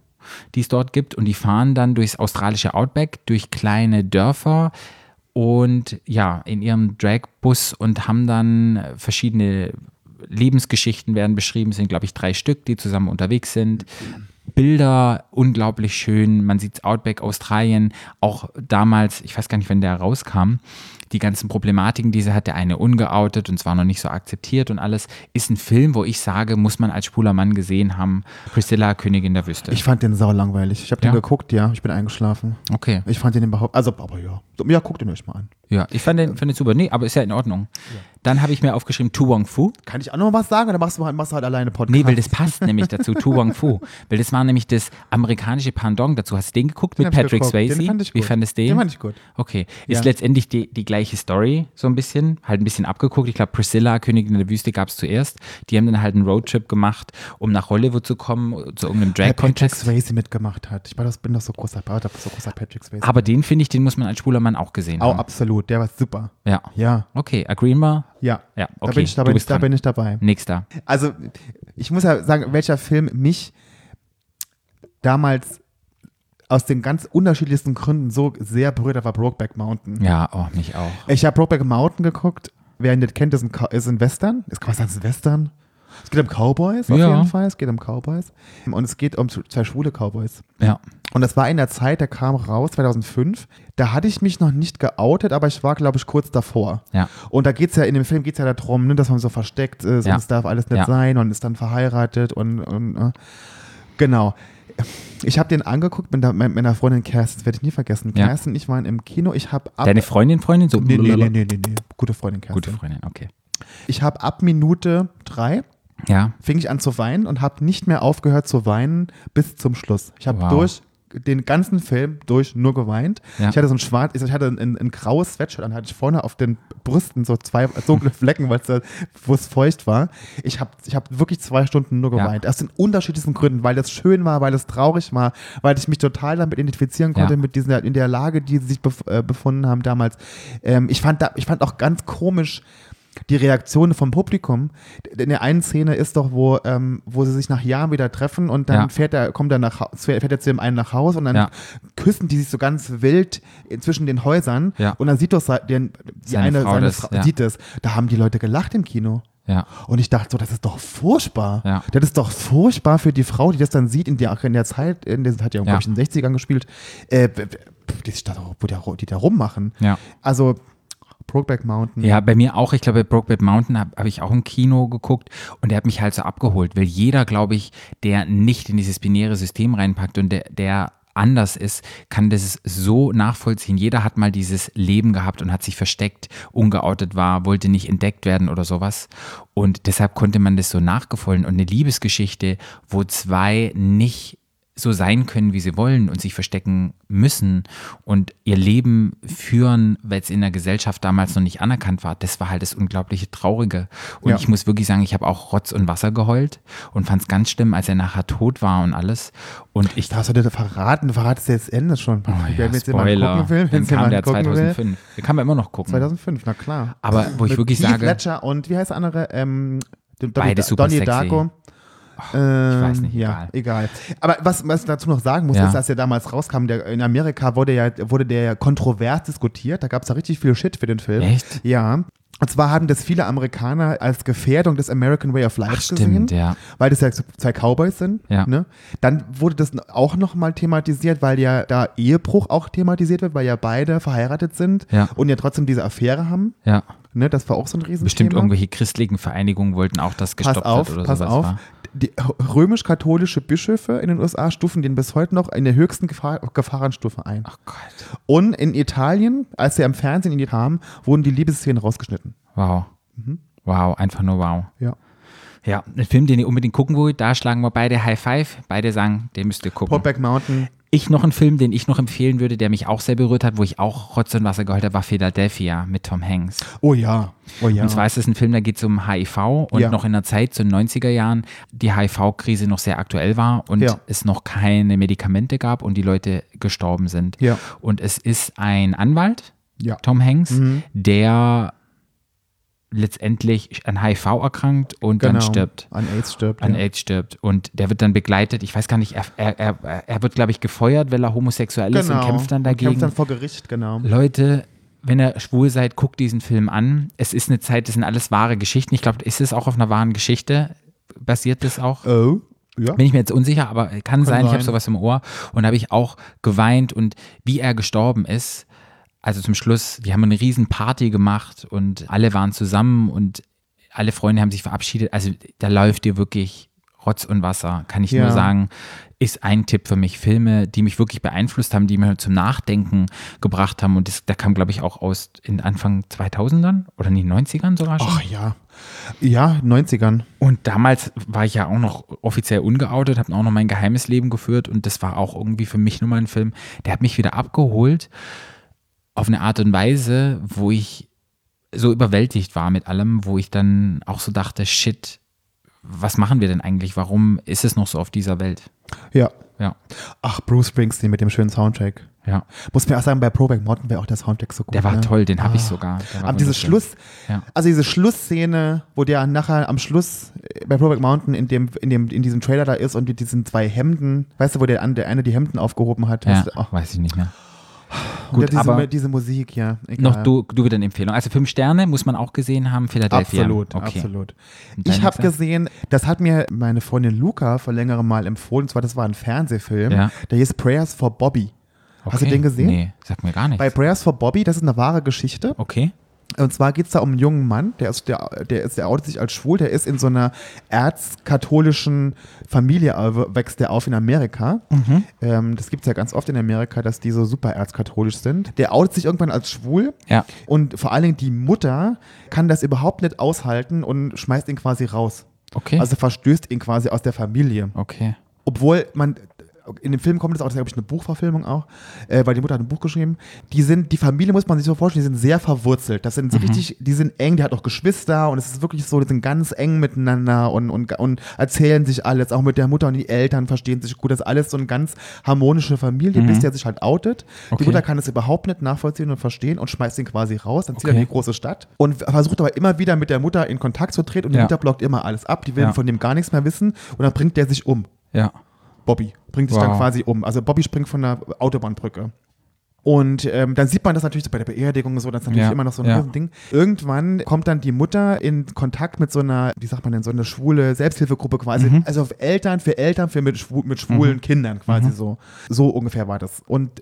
die es dort gibt und die fahren dann durchs australische Outback, durch kleine Dörfer und ja, in ihrem Dragbus und haben dann äh, verschiedene Lebensgeschichten werden beschrieben, Es sind glaube ich drei Stück, die zusammen unterwegs sind. Bilder unglaublich schön, man sieht Outback Australien, auch damals, ich weiß gar nicht, wann der rauskam, die ganzen Problematiken, die sie hat, der eine ungeoutet und zwar noch nicht so akzeptiert und alles, ist ein Film, wo ich sage, muss man als schwuler Mann gesehen haben, Priscilla, Königin der Wüste. Ich fand den sau langweilig. Ich habe den Ja? geguckt, ja. Ich bin eingeschlafen. Okay. Ich fand den überhaupt. Also, aber ja. Ja, guck den euch mal an. Ja, ich fand den, fand den super. Nee, aber ist ja in Ordnung. Dann habe ich mir aufgeschrieben Tu Wong Fu. Kann ich auch noch was sagen oder machst du halt, machst du halt alleine Podcast? Nee, weil das passt nämlich dazu, Tu Wong Fu. Weil das war nämlich das amerikanische Pendant dazu. Hast du den geguckt Den mit hab ich Patrick geguckt. Swayze? Den fand ich Wie gut. fandest du den? Den fand ich gut. Okay. Ist Ja. letztendlich die, die gleiche Story, so ein bisschen. Halt ein bisschen abgeguckt. Ich glaube, Priscilla, Königin der Wüste, gab es zuerst. Die haben dann halt einen Roadtrip gemacht, um nach Hollywood zu kommen, zu irgendeinem der Patrick Drag-Contest. Swayze mitgemacht hat. Ich war das, bin doch so großer, war doch so großer Patrick Swayze. Aber den finde ich, den muss man als schwuler Mann auch gesehen oh, haben. absolut. Der war super. Ja. Ja. Okay, agreen wir? Ja. Ja, Da okay, bin ich, da du bin, ich- bist da dran. bin ich dabei. Nächster. Also, ich muss ja sagen, welcher Film mich damals aus den ganz unterschiedlichsten Gründen so sehr berührt hat, war Brokeback Mountain. Ja, oh, mich auch. Ich habe Brokeback Mountain geguckt. Wer ihn nicht kennt, ist ein, Cow- ist ein Western. Ist quasi ein Western. Es geht um Cowboys auf Ja. jeden Fall. Es geht um Cowboys. Und es geht um zwei schwule Cowboys. Ja. Und das war in der Zeit, der kam raus, 2005. Da hatte ich mich noch nicht geoutet, aber ich war, glaube ich, kurz davor. Ja. Und da geht's ja, in dem Film geht's ja darum, ne, dass man so versteckt ist Ja. und es darf alles nicht Ja. sein und ist dann verheiratet und, und äh, genau. Ich habe den angeguckt mit, der, mit meiner Freundin Kerstin, das werde ich nie vergessen. Ja. Kerstin, ich war im Kino, ich habe ab... Deine Freundin, Freundin? So nee, nee, nee, nee, nee, nee, gute Freundin Kerstin. Gute Freundin, okay. Ich habe ab Minute drei Ja. fing ich an zu weinen und habe nicht mehr aufgehört zu weinen bis zum Schluss. Ich habe Wow. durch den ganzen Film durch nur geweint. Ja. Ich hatte so ein schwarz, ich hatte ein, ein, ein graues Sweatshirt an, hatte ich vorne auf den Brüsten so zwei dunkle Flecken, weil's da- wo es feucht war. Ich habe ich hab wirklich zwei Stunden nur Ja. geweint. Aus den unterschiedlichsten Gründen, weil das schön war, weil es traurig war, weil ich mich total damit identifizieren konnte, Ja. mit diesen, in der Lage, die sie sich bef äh, befunden haben damals. Ähm, ich, fand da, ich fand auch ganz komisch, die Reaktion vom Publikum. In der einen Szene ist doch, wo, ähm, wo sie sich nach Jahren wieder treffen und dann Ja. fährt er, kommt er nach Hau- fährt er zu dem einen nach Haus und dann Ja. küssen die sich so ganz wild äh, zwischen den Häusern Ja. und dann sieht doch se- den, die Seine eine Frau seine das, Frau ja. sieht das. Da haben die Leute gelacht im Kino. Ja. Und ich dachte so, das ist doch furchtbar. Ja. Das ist doch furchtbar für die Frau, die das dann sieht in der, in der Zeit, in der hat ja, Ja. glaube ich, in den 60ern gespielt, äh, b- b- die, sich da, doch- wo die, da- die da rummachen. Ja. Also, Brokeback Mountain. Ja, bei mir auch. Ich glaube, bei Brokeback Mountain habe hab ich auch im Kino geguckt und der hat mich halt so abgeholt, weil jeder, glaube ich, der nicht in dieses binäre System reinpackt und der, der anders ist, kann das so nachvollziehen. Jeder hat mal dieses Leben gehabt und hat sich versteckt, ungeoutet war, wollte nicht entdeckt werden oder sowas. Und deshalb konnte man das so nachgefolgen und eine Liebesgeschichte, wo zwei nicht so sein können, wie sie wollen und sich verstecken müssen und ihr Leben führen, weil es in der Gesellschaft damals noch nicht anerkannt war. Das war halt das unglaubliche Traurige. Und Ja. ich muss wirklich sagen, ich habe auch Rotz und Wasser geheult und fand es ganz schlimm, als er nachher tot war und alles. Und ich Da hast du dir verraten, verratest du jetzt Ende schon. Oh ja, Wenn jetzt jemand Spoiler, gucken will, wenn dann jetzt kam jemand der gucken 2005. will. Den kann man immer noch gucken. 2005, na klar. Aber wo ich Mit wirklich Heath sage, Ledger und wie heißt der andere? Ähm, Don- Donnie, Beide Da- super Donnie sexy. Darko. ich weiß nicht, ja, egal. Aber was was ich dazu noch sagen muss, Ja. ist, dass er damals rauskam, der, in Amerika wurde, ja, wurde der ja kontrovers diskutiert. Da gab es ja richtig viel Shit für den Film. Echt? Ja. Und zwar haben das viele Amerikaner als Gefährdung des American Way of Life gesehen stimmt, ja. weil das ja so zwei Cowboys sind. Ja. Ne? Dann wurde das auch nochmal thematisiert, weil ja da Ehebruch auch thematisiert wird, weil ja beide verheiratet sind Ja. und ja trotzdem diese Affäre haben. ja, Ne? Das war auch so ein Riesenthema. bestimmt irgendwelche christlichen Vereinigungen wollten auch, dass Pass gestoppt auf, wird oder pass sowas. auf. wa? Die römisch-katholische Bischöfe in den USA stufen den bis heute noch in der höchsten Gefahr Gefahrenstufe ein. Oh Gott, Und in Italien, als er im Fernsehen in die kam, wurden die Liebesszenen rausgeschnitten. wow. Mhm. Wow, einfach nur wow. Ja. Ja, ein Film, den ihr unbedingt gucken wollt, da schlagen wir beide High Five, beide sagen, den müsst ihr gucken. Brokeback Mountain. Ich noch einen Film, den ich noch empfehlen würde, der mich auch sehr berührt hat, wo ich auch Rotz und Wasser geheult habe, war Philadelphia mit Tom Hanks. Oh ja. Oh ja. Und zwar ist es ein Film, da geht es um HIV und Ja. noch in der Zeit, zu den 90er Jahren, die HIV-Krise noch sehr aktuell war und Ja. es noch keine Medikamente gab und die Leute gestorben sind. Ja. Und es ist ein Anwalt, Ja. Tom Hanks, Mhm. der letztendlich an HIV erkrankt und genau. dann stirbt An AIDS stirbt. an ja. AIDS stirbt. Und der wird dann begleitet, ich weiß gar nicht, er, er, er, er wird, glaube ich, gefeuert, weil er homosexuell ist und kämpft dann Genau. Und dagegen. Kämpft dann vor Gericht, genau. Leute, wenn ihr schwul seid, guckt diesen Film an. Es ist eine Zeit, das sind alles wahre Geschichten. Ich glaube, ist es auch auf einer wahren Geschichte? Basiert das auch? Oh, ja. Bin ich mir jetzt unsicher, aber kann, sein, ich habe sein. sowas im Ohr. Und da habe ich auch geweint und wie er gestorben ist. Also zum Schluss, die haben eine riesen Party gemacht und alle waren zusammen und alle Freunde haben sich verabschiedet. Also da läuft dir wirklich Rotz und Wasser, kann ich Ja. nur sagen. Ist ein Tipp für mich. Filme, die mich wirklich beeinflusst haben, die mir zum Nachdenken gebracht haben. Und das, da kam, glaube ich, auch aus in Anfang 2000ern oder in den 90ern sogar schon. Ach ja. Ja, 90ern. Und damals war ich ja auch noch offiziell ungeoutet, habe auch noch mein geheimes Leben geführt und das war auch irgendwie für mich nur mal ein Film, der hat mich wieder abgeholt auf eine Art und Weise, wo ich so überwältigt war mit allem, wo ich dann auch so dachte, shit, was machen wir denn eigentlich? Warum ist es noch so auf dieser Welt? Ja. Ja, Ach, Bruce Springsteen mit dem schönen Soundtrack. ja. Muss mir auch sagen, bei Proback Mountain wäre auch der Soundtrack so gut. Der war ne? toll, den habe ich Ah. sogar. Der war Aber dieses wunderschön. Schluss, Ja. also diese Schlussszene, wo der nachher am Schluss äh, bei Proback Mountain in dem, in dem, in diesem Trailer da ist und mit diesen zwei Hemden, weißt du, wo der, an- der eine die Hemden aufgehoben hat, Ja, weißt du, ach, weiß ich nicht mehr. und Gut, diese, aber diese Musik, ja. Egal. noch du, du wieder eine Empfehlung. Also fünf Sterne muss man auch gesehen haben, Philadelphia. Absolut, okay. absolut. Und dein Ich habe nächster? gesehen, das hat mir meine Freundin Luca vor längerem mal empfohlen. Und zwar, das war ein Fernsehfilm. Ja. Der hieß Prayers for Bobby. Hast du Okay. den gesehen? Nee, sag mir gar nichts. Bei Prayers for Bobby, das ist eine wahre Geschichte. okay. Und zwar geht es da um einen jungen Mann, der ist, der, der ist, der outet sich als schwul, der ist in so einer erzkatholischen Familie, äh, wächst der auf in Amerika. Mhm. Ähm, das gibt es ja ganz oft in Amerika, dass die so super erzkatholisch sind. Der outet sich irgendwann als schwul. Ja. Und vor allen Dingen die Mutter kann das überhaupt nicht aushalten und schmeißt ihn quasi raus. Okay. Also verstößt ihn quasi aus der Familie. okay. Obwohl man, in dem Film kommt es auch, das ist, glaube ich, eine Buchverfilmung auch, äh, weil die Mutter hat ein Buch geschrieben. Die sind, die Familie muss man sich so vorstellen, die sind sehr verwurzelt. Das Mhm. sind so richtig, die sind eng, die hat auch Geschwister und es ist wirklich so, die sind ganz eng miteinander und, und, und erzählen sich alles, auch mit der Mutter und die Eltern verstehen sich gut. Das ist alles so eine ganz harmonische Familie, bis der sich halt outet. Mhm. Okay. Die Mutter kann es überhaupt nicht nachvollziehen und verstehen und schmeißt ihn quasi raus, dann zieht er Okay. in die große Stadt und versucht aber immer wieder mit der Mutter in Kontakt zu treten und die Ja. Mutter blockt immer alles ab, die will Ja. von dem gar nichts mehr wissen und dann bringt der sich um. Ja. Bobby bringt sich Wow. dann quasi um. Also Bobby springt von der Autobahnbrücke. Und ähm, dann sieht man das natürlich so bei der Beerdigung so, das ist natürlich Ja, immer noch so ein ja. Riesending. Irgendwann kommt dann die Mutter in Kontakt mit so einer, wie sagt man denn, so eine schwule Selbsthilfegruppe quasi. Mhm. Also auf Eltern für Eltern für mit, schwu mit schwulen Kindern Mhm. quasi so. So ungefähr war das. Und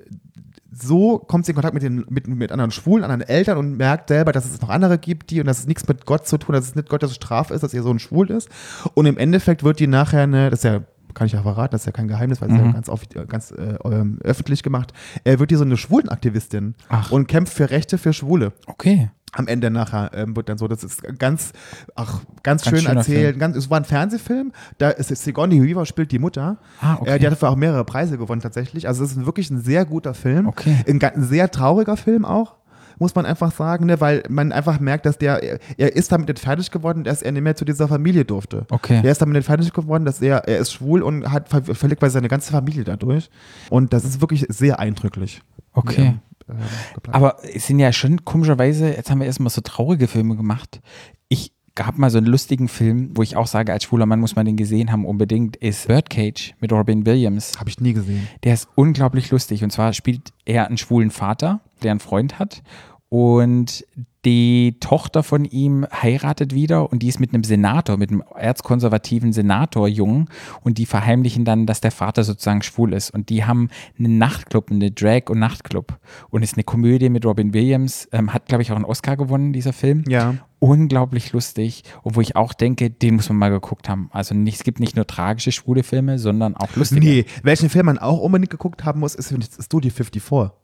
so kommt sie in Kontakt mit, den, mit, mit anderen Schwulen, anderen Eltern und merkt selber, dass es noch andere gibt, die und dass es nichts mit Gott zu tun, dass es nicht Gottes Strafe ist, dass ihr Sohn schwul ist. Und im Endeffekt wird die nachher eine, das ist ja kann ich ja verraten, das ist ja kein Geheimnis, weil es ja ganz, auf, ganz äh, ähm, öffentlich gemacht, äh, wird die so eine Schwulenaktivistin Ach. und kämpft für Rechte für Schwule Okay. am Ende nachher ähm, wird dann so, das ist ganz, ach, Ganz ganz, schön schöner erzählt. Film. Ganz, es war ein Fernsehfilm, da ist ist Sigourney Weaver spielt die Mutter. Ah, okay. äh, die hat dafür auch mehrere Preise gewonnen tatsächlich. Also es ist ein- wirklich ein sehr guter Film. Okay. Ein, ga- ein sehr trauriger Film auch. Muss man einfach sagen, ne, weil man einfach merkt, dass der, er- er ist damit nicht fertig geworden, dass er nicht mehr zu dieser Familie durfte. Okay. Der ist damit nicht fertig geworden, dass er, er ist schwul und hat ver verlegt quasi seine ganze Familie dadurch. Und das ist wirklich sehr eindrücklich. Okay. Ja, äh, geplant. Aber es sind ja schon komischerweise, jetzt haben wir erstmal so traurige Filme gemacht. Ich gab mal so einen lustigen Film, wo ich auch sage, als schwuler Mann muss man den gesehen haben unbedingt, ist Birdcage mit Robin Williams. Habe ich nie gesehen. Der ist unglaublich lustig. Und zwar spielt er einen schwulen Vater, der einen Freund hat. Und die Tochter von ihm heiratet wieder und die ist mit einem Senator, mit einem erzkonservativen Senatorjungen und die verheimlichen dann, dass der Vater sozusagen schwul ist. Und die haben einen Nachtclub, eine Drag- und Nachtclub. Und ist eine Komödie mit Robin Williams, ähm, hat, glaube ich, auch einen Oscar gewonnen, dieser Film. Ja. Unglaublich lustig. Und wo ich auch denke, den muss man mal geguckt haben. Also nicht, es gibt nicht nur tragische schwule Filme, sondern auch lustige. Nee, welchen Film man auch unbedingt geguckt haben muss, ist, ist Studio 54.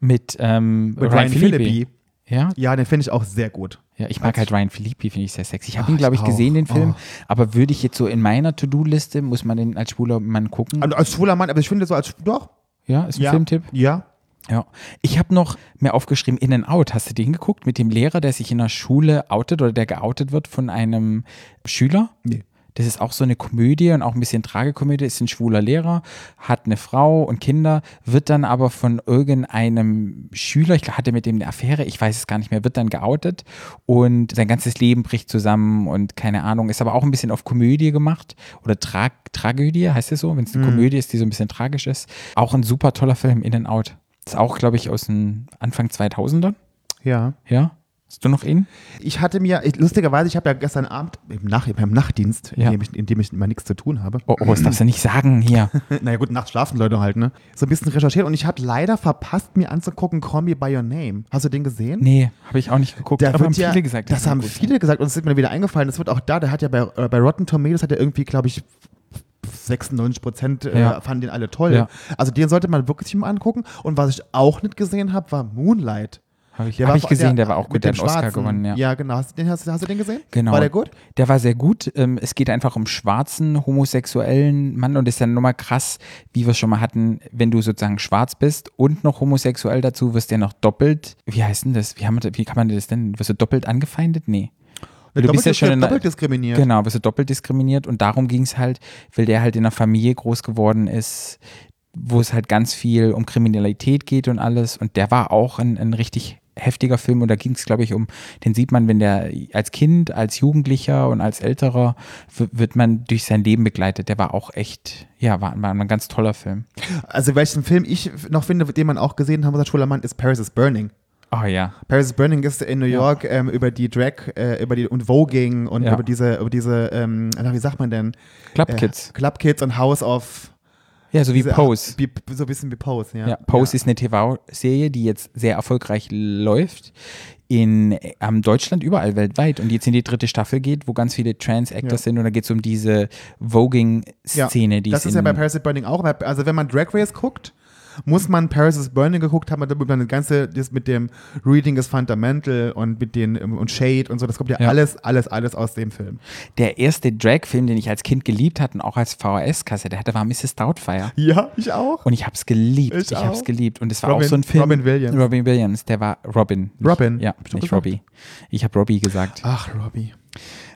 Mit, ähm, Mit Ryan Ryan Philippi. Phillippe. Ja? Ja, den finde ich auch sehr gut. ja, ich mag halt Ryan Philippi, finde ich sehr sexy. Ich habe Ach, ihn, glaube ich, Ah, ich gesehen, auch. Ah. den Film. Aber würde ich jetzt so in meiner To-Do-Liste, muss man den als schwuler Mann gucken? Also als schwuler Mann, aber ich finde so als doch. ja, ist ein ja. Filmtipp. Ja. Ja. Ich habe noch mir aufgeschrieben, In and Out. Hast du den geguckt? Mit dem Lehrer, der sich in der Schule outet oder der geoutet wird von einem Schüler? Nee. Das ist auch so eine Komödie und auch ein bisschen Tragikomödie. Ist ein schwuler Lehrer, hat eine Frau und Kinder, wird dann aber von irgendeinem Schüler, ich glaub, hatte mit dem eine Affäre, ich weiß es gar nicht mehr, wird dann geoutet und sein ganzes Leben bricht zusammen und keine Ahnung, ist aber auch ein bisschen auf Komödie gemacht oder Tra Tragödie, heißt es so, wenn es eine Komödie ist, die so ein bisschen tragisch ist. Auch ein super toller Film, In and Out. Ist auch, glaube ich, aus dem Anfang 2000er, Ja. ja? Hast du noch ihn? Ich hatte mir, ich, lustigerweise, ich habe ja gestern Abend im, Nach im Nachtdienst, Ja. in, dem ich, in dem ich immer nichts zu tun habe, Oh, oh, das darfst du nicht sagen hier. naja gut, nachts schlafen Leute halt, ne? So ein bisschen recherchiert und ich habe leider verpasst, mir anzugucken, Call Me By Your Name. Hast du den gesehen? Nee, habe ich auch nicht geguckt. Da aber wird haben ja, viele gesagt. das soll haben gut sein. viele gesagt und es ist mir wieder eingefallen. Das wird auch da, der hat ja bei, äh, bei Rotten Tomatoes hat er irgendwie, glaube ich, 96 Prozent äh, Ja. fanden den alle toll. Ja. Also den sollte man wirklich mal angucken. Und was ich auch nicht gesehen habe, war Moonlight. Habe ich, Der hab war ich von- gesehen, der, war auch gut, mit der dem hat einen Oscar Schwarzen. gewonnen, ja. Ja, genau. Hast du, den, hast, du- hast du den gesehen? Genau. War der gut? Der war sehr gut. Ähm, es geht einfach um schwarzen, homosexuellen Mann und ist dann nochmal krass, wie wir es schon mal hatten, wenn du sozusagen schwarz bist und noch homosexuell dazu, wirst du ja noch doppelt, wie heißt denn das? Wie, haben, wir- wie kann man das denn? Wirst du doppelt angefeindet? Nee. Du bist ja schon in einer- doppelt diskriminiert. Genau, wirst du doppelt diskriminiert und darum ging es halt, weil der halt in einer Familie groß geworden ist, wo es halt ganz viel um Kriminalität geht und alles. Und der war auch ein, ein richtig heftiger Film und da ging es, glaube ich, um, den sieht man, wenn der als Kind, als Jugendlicher und als Älterer w- wird man durch sein Leben begleitet. Der war auch echt, ja, war, war ein ganz toller Film. Also welchen Film ich noch finde, den man auch gesehen haben, sagt Schuler Mann, ist Paris is Burning. Oh ja. Paris is Burning ist in New York ähm, über die Drag, äh, über die und Voging und Ja. über diese, über diese, ähm, na, wie sagt man denn? Club Kids. Äh, Club Kids und House of Ja, so wie diese- Pose. Wie, so ein bisschen wie Pose, ja. Ja, Pose ist eine TV-Serie, die jetzt sehr erfolgreich läuft in ähm, Deutschland, überall weltweit und jetzt in die dritte Staffel geht, wo ganz viele Trans-Actors Ja. sind und da geht es um diese Voguing-Szene, die Das es ist ja in- bei Paris is Burning auch. weil- Also wenn man Drag Race guckt, muss man Paris is Burning geguckt haben, damit man das ganze das mit dem Reading is Fundamental und mit den ähm, und Shade und so, das kommt ja, Ja. alles, alles, alles aus dem Film. der erste Drag-Film, den ich als Kind geliebt hatte und auch als VHS-Kassette hatte, war Mrs. Doubtfire. Ja, ich auch. Und ich hab's geliebt. Ich Ich, hab's auch. geliebt. Und es war Robin- auch so ein Film. Robin Williams. Robin Williams, der war Robin. Nicht, Robin, Ja, hab ich doch nicht gesagt. Robbie. Ich habe Robbie gesagt. Ach, Robbie.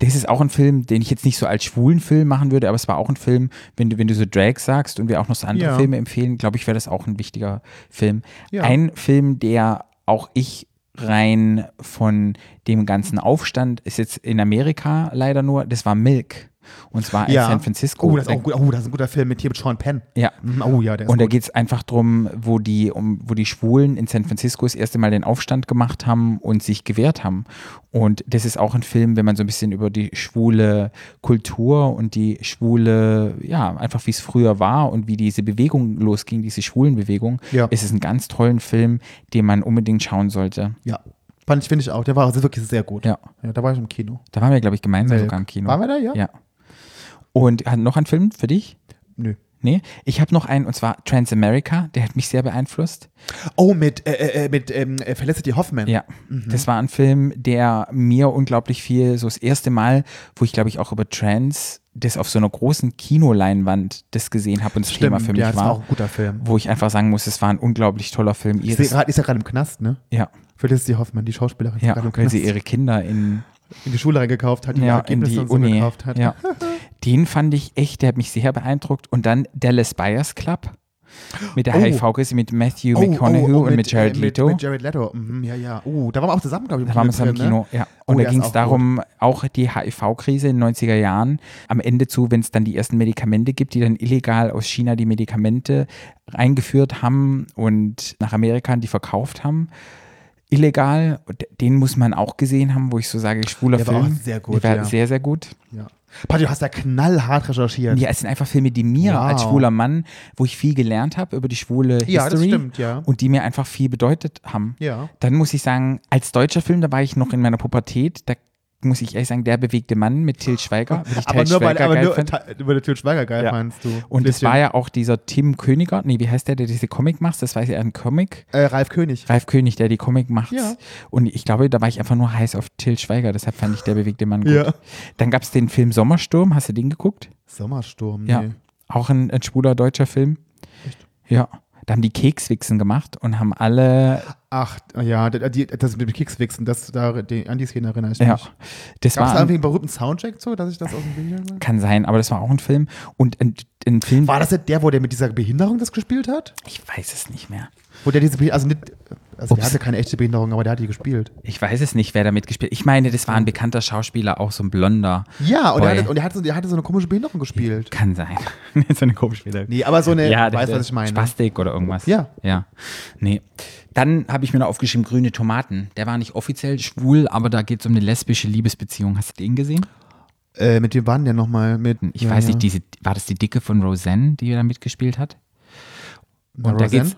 Das ist auch ein Film, den ich jetzt nicht so als schwulen Film machen würde, aber es war auch ein Film, wenn du, wenn du so Drag sagst und wir auch noch so andere Ja. Filme empfehlen, glaube ich, wäre das auch ein wichtiger Film. Ja. Ein Film, der auch ich rein von dem ganzen Aufstand ist jetzt in Amerika leider nur, das war Milk. Und zwar in San Francisco. Äh, Oh, das ist auch gut. Oh, das ist ein guter Film mit hier mit Sean Penn. Ja. Mhm, Oh ja, der ist Und da gut. geht es einfach drum, wo die, um, wo die Schwulen in San Francisco das erste Mal den Aufstand gemacht haben und sich gewehrt haben. Und das ist auch ein Film, wenn man so ein bisschen über die schwule Kultur und die schwule, ja, einfach wie es früher war und wie diese Bewegung losging, diese Schwulenbewegung, Ja. ist es ein ganz tollen Film, den man unbedingt schauen sollte. Ja. Fand ich, finde ich auch. Der war also wirklich sehr gut. Ja. Da war ich im Kino. Also, Da waren wir, glaube ich, gemeinsam sogar im Kino. Waren wir da? Ja. Ja. Und äh, noch ein Film für dich? Nö. Nee, ich habe noch einen, und zwar Transamerica, der hat mich sehr beeinflusst. Oh, mit, äh, äh, mit ähm, äh, Felicity Hoffman. Ja, Mhm. das war ein Film, der mir unglaublich viel, so das erste Mal, wo ich glaube ich auch über Trans das auf so einer großen Kinoleinwand das gesehen habe und das Thema für mich ja, das war war, auch ein guter Film. wo ich einfach sagen muss, es war ein unglaublich toller Film. Ist, sie Ihres, grad, ist ja gerade im Knast, ne? ja, Felicity Hoffman, die Schauspielerin, ist ja, gerade im weil Knast sie ihre Kinder in, in die Schule reingekauft hat, die ja, in Ergebnisse die und so Uni. gekauft hat. Ja. Den fand ich echt, der hat mich sehr beeindruckt. Und dann Dallas Buyers Club mit der Oh. HIV-Krise, mit Matthew Oh, oh, McConaughey oh, und mit, Jared äh, Leto. Mit, mit Jared Leto. Mhm, ja, ja. Oh, da waren wir auch zusammen, glaube ich, Da waren wir zusammen im drin, ne? Kino, ja. Und Oh, da der ging ist es auch darum, auch die HIV-Krise in den 90er Jahren am Ende zu, wenn es dann die ersten Medikamente gibt, die dann illegal aus China die Medikamente eingeführt haben und nach Amerika die verkauft haben. Illegal, Und den muss man auch gesehen haben, wo ich so sage, schwuler Der war Film. auch sehr gut, Der war ja. sehr, sehr gut. ne? Ja. Patti, du hast da knallhart recherchiert. Ja, es sind einfach Filme, die mir Wow. als schwuler Mann, wo ich viel gelernt habe über die schwule History Ja, das stimmt, ja. und die mir einfach viel bedeutet haben. Ja. Dann muss ich sagen, als deutscher Film, da war ich noch in meiner Pubertät, da muss ich ehrlich sagen, der bewegte Mann mit Till Schweiger, weil ich Aber Till nur, weil, Schweiger aber geil nur fand. Ta- über den Til Schweiger geil Ja. meinst du. Und es Bisschen. war ja auch dieser Tim Königer, nee, wie heißt der, der diese Comic macht? Das war ja ein Comic. Äh, Ralf König. Ralf König, der die Comic macht. Ja. Und ich glaube, da war ich einfach nur heiß auf Till Schweiger, deshalb fand ich der bewegte Mann gut. Ja. Dann gab es den Film Sommersturm, hast du den geguckt? Sommersturm, Ja. nee. Auch ein, ein schwuler deutscher Film. Ja. Da haben die Kekswichsen gemacht und haben alle. Ach, äh, ja, d- die, das mit dem Kickswichsen, das, da, die, an die Szene erinnere ich mich. Ja. Das Gab es da war. irgendwie einen berühmten Soundcheck zu, dass ich das aus dem Video war? kann sein, aber das war auch ein Film. Und ein, ein Film. War das nicht der, wo der mit dieser Behinderung das gespielt hat? Ich weiß es nicht mehr. Wo der diese, Behi- also nicht, also der Ups. hatte keine echte Behinderung, aber der hat die gespielt. Ich weiß es nicht, wer da mitgespielt Ich meine, das war ein bekannter Schauspieler, auch so ein blonder. Ja, und Boy. der, hatte, und der, hatte so, der hatte so eine komische Behinderung gespielt. Kann sein. so eine komische Spieler. Nee, aber so eine, ja, du das weißt, wär was ich meine. Spastik oder irgendwas. Ja. Ja. Nee. Dann habe ich mir noch aufgeschrieben, grüne Tomaten. Der war nicht offiziell schwul, aber da geht es um eine lesbische Liebesbeziehung. Hast du den gesehen? Äh, mit wem waren der nochmal? Mit, Ich ja, weiß ja. nicht, diese, war das die Dicke von Roseanne, die da mitgespielt hat? Na, da Roseanne? geht's-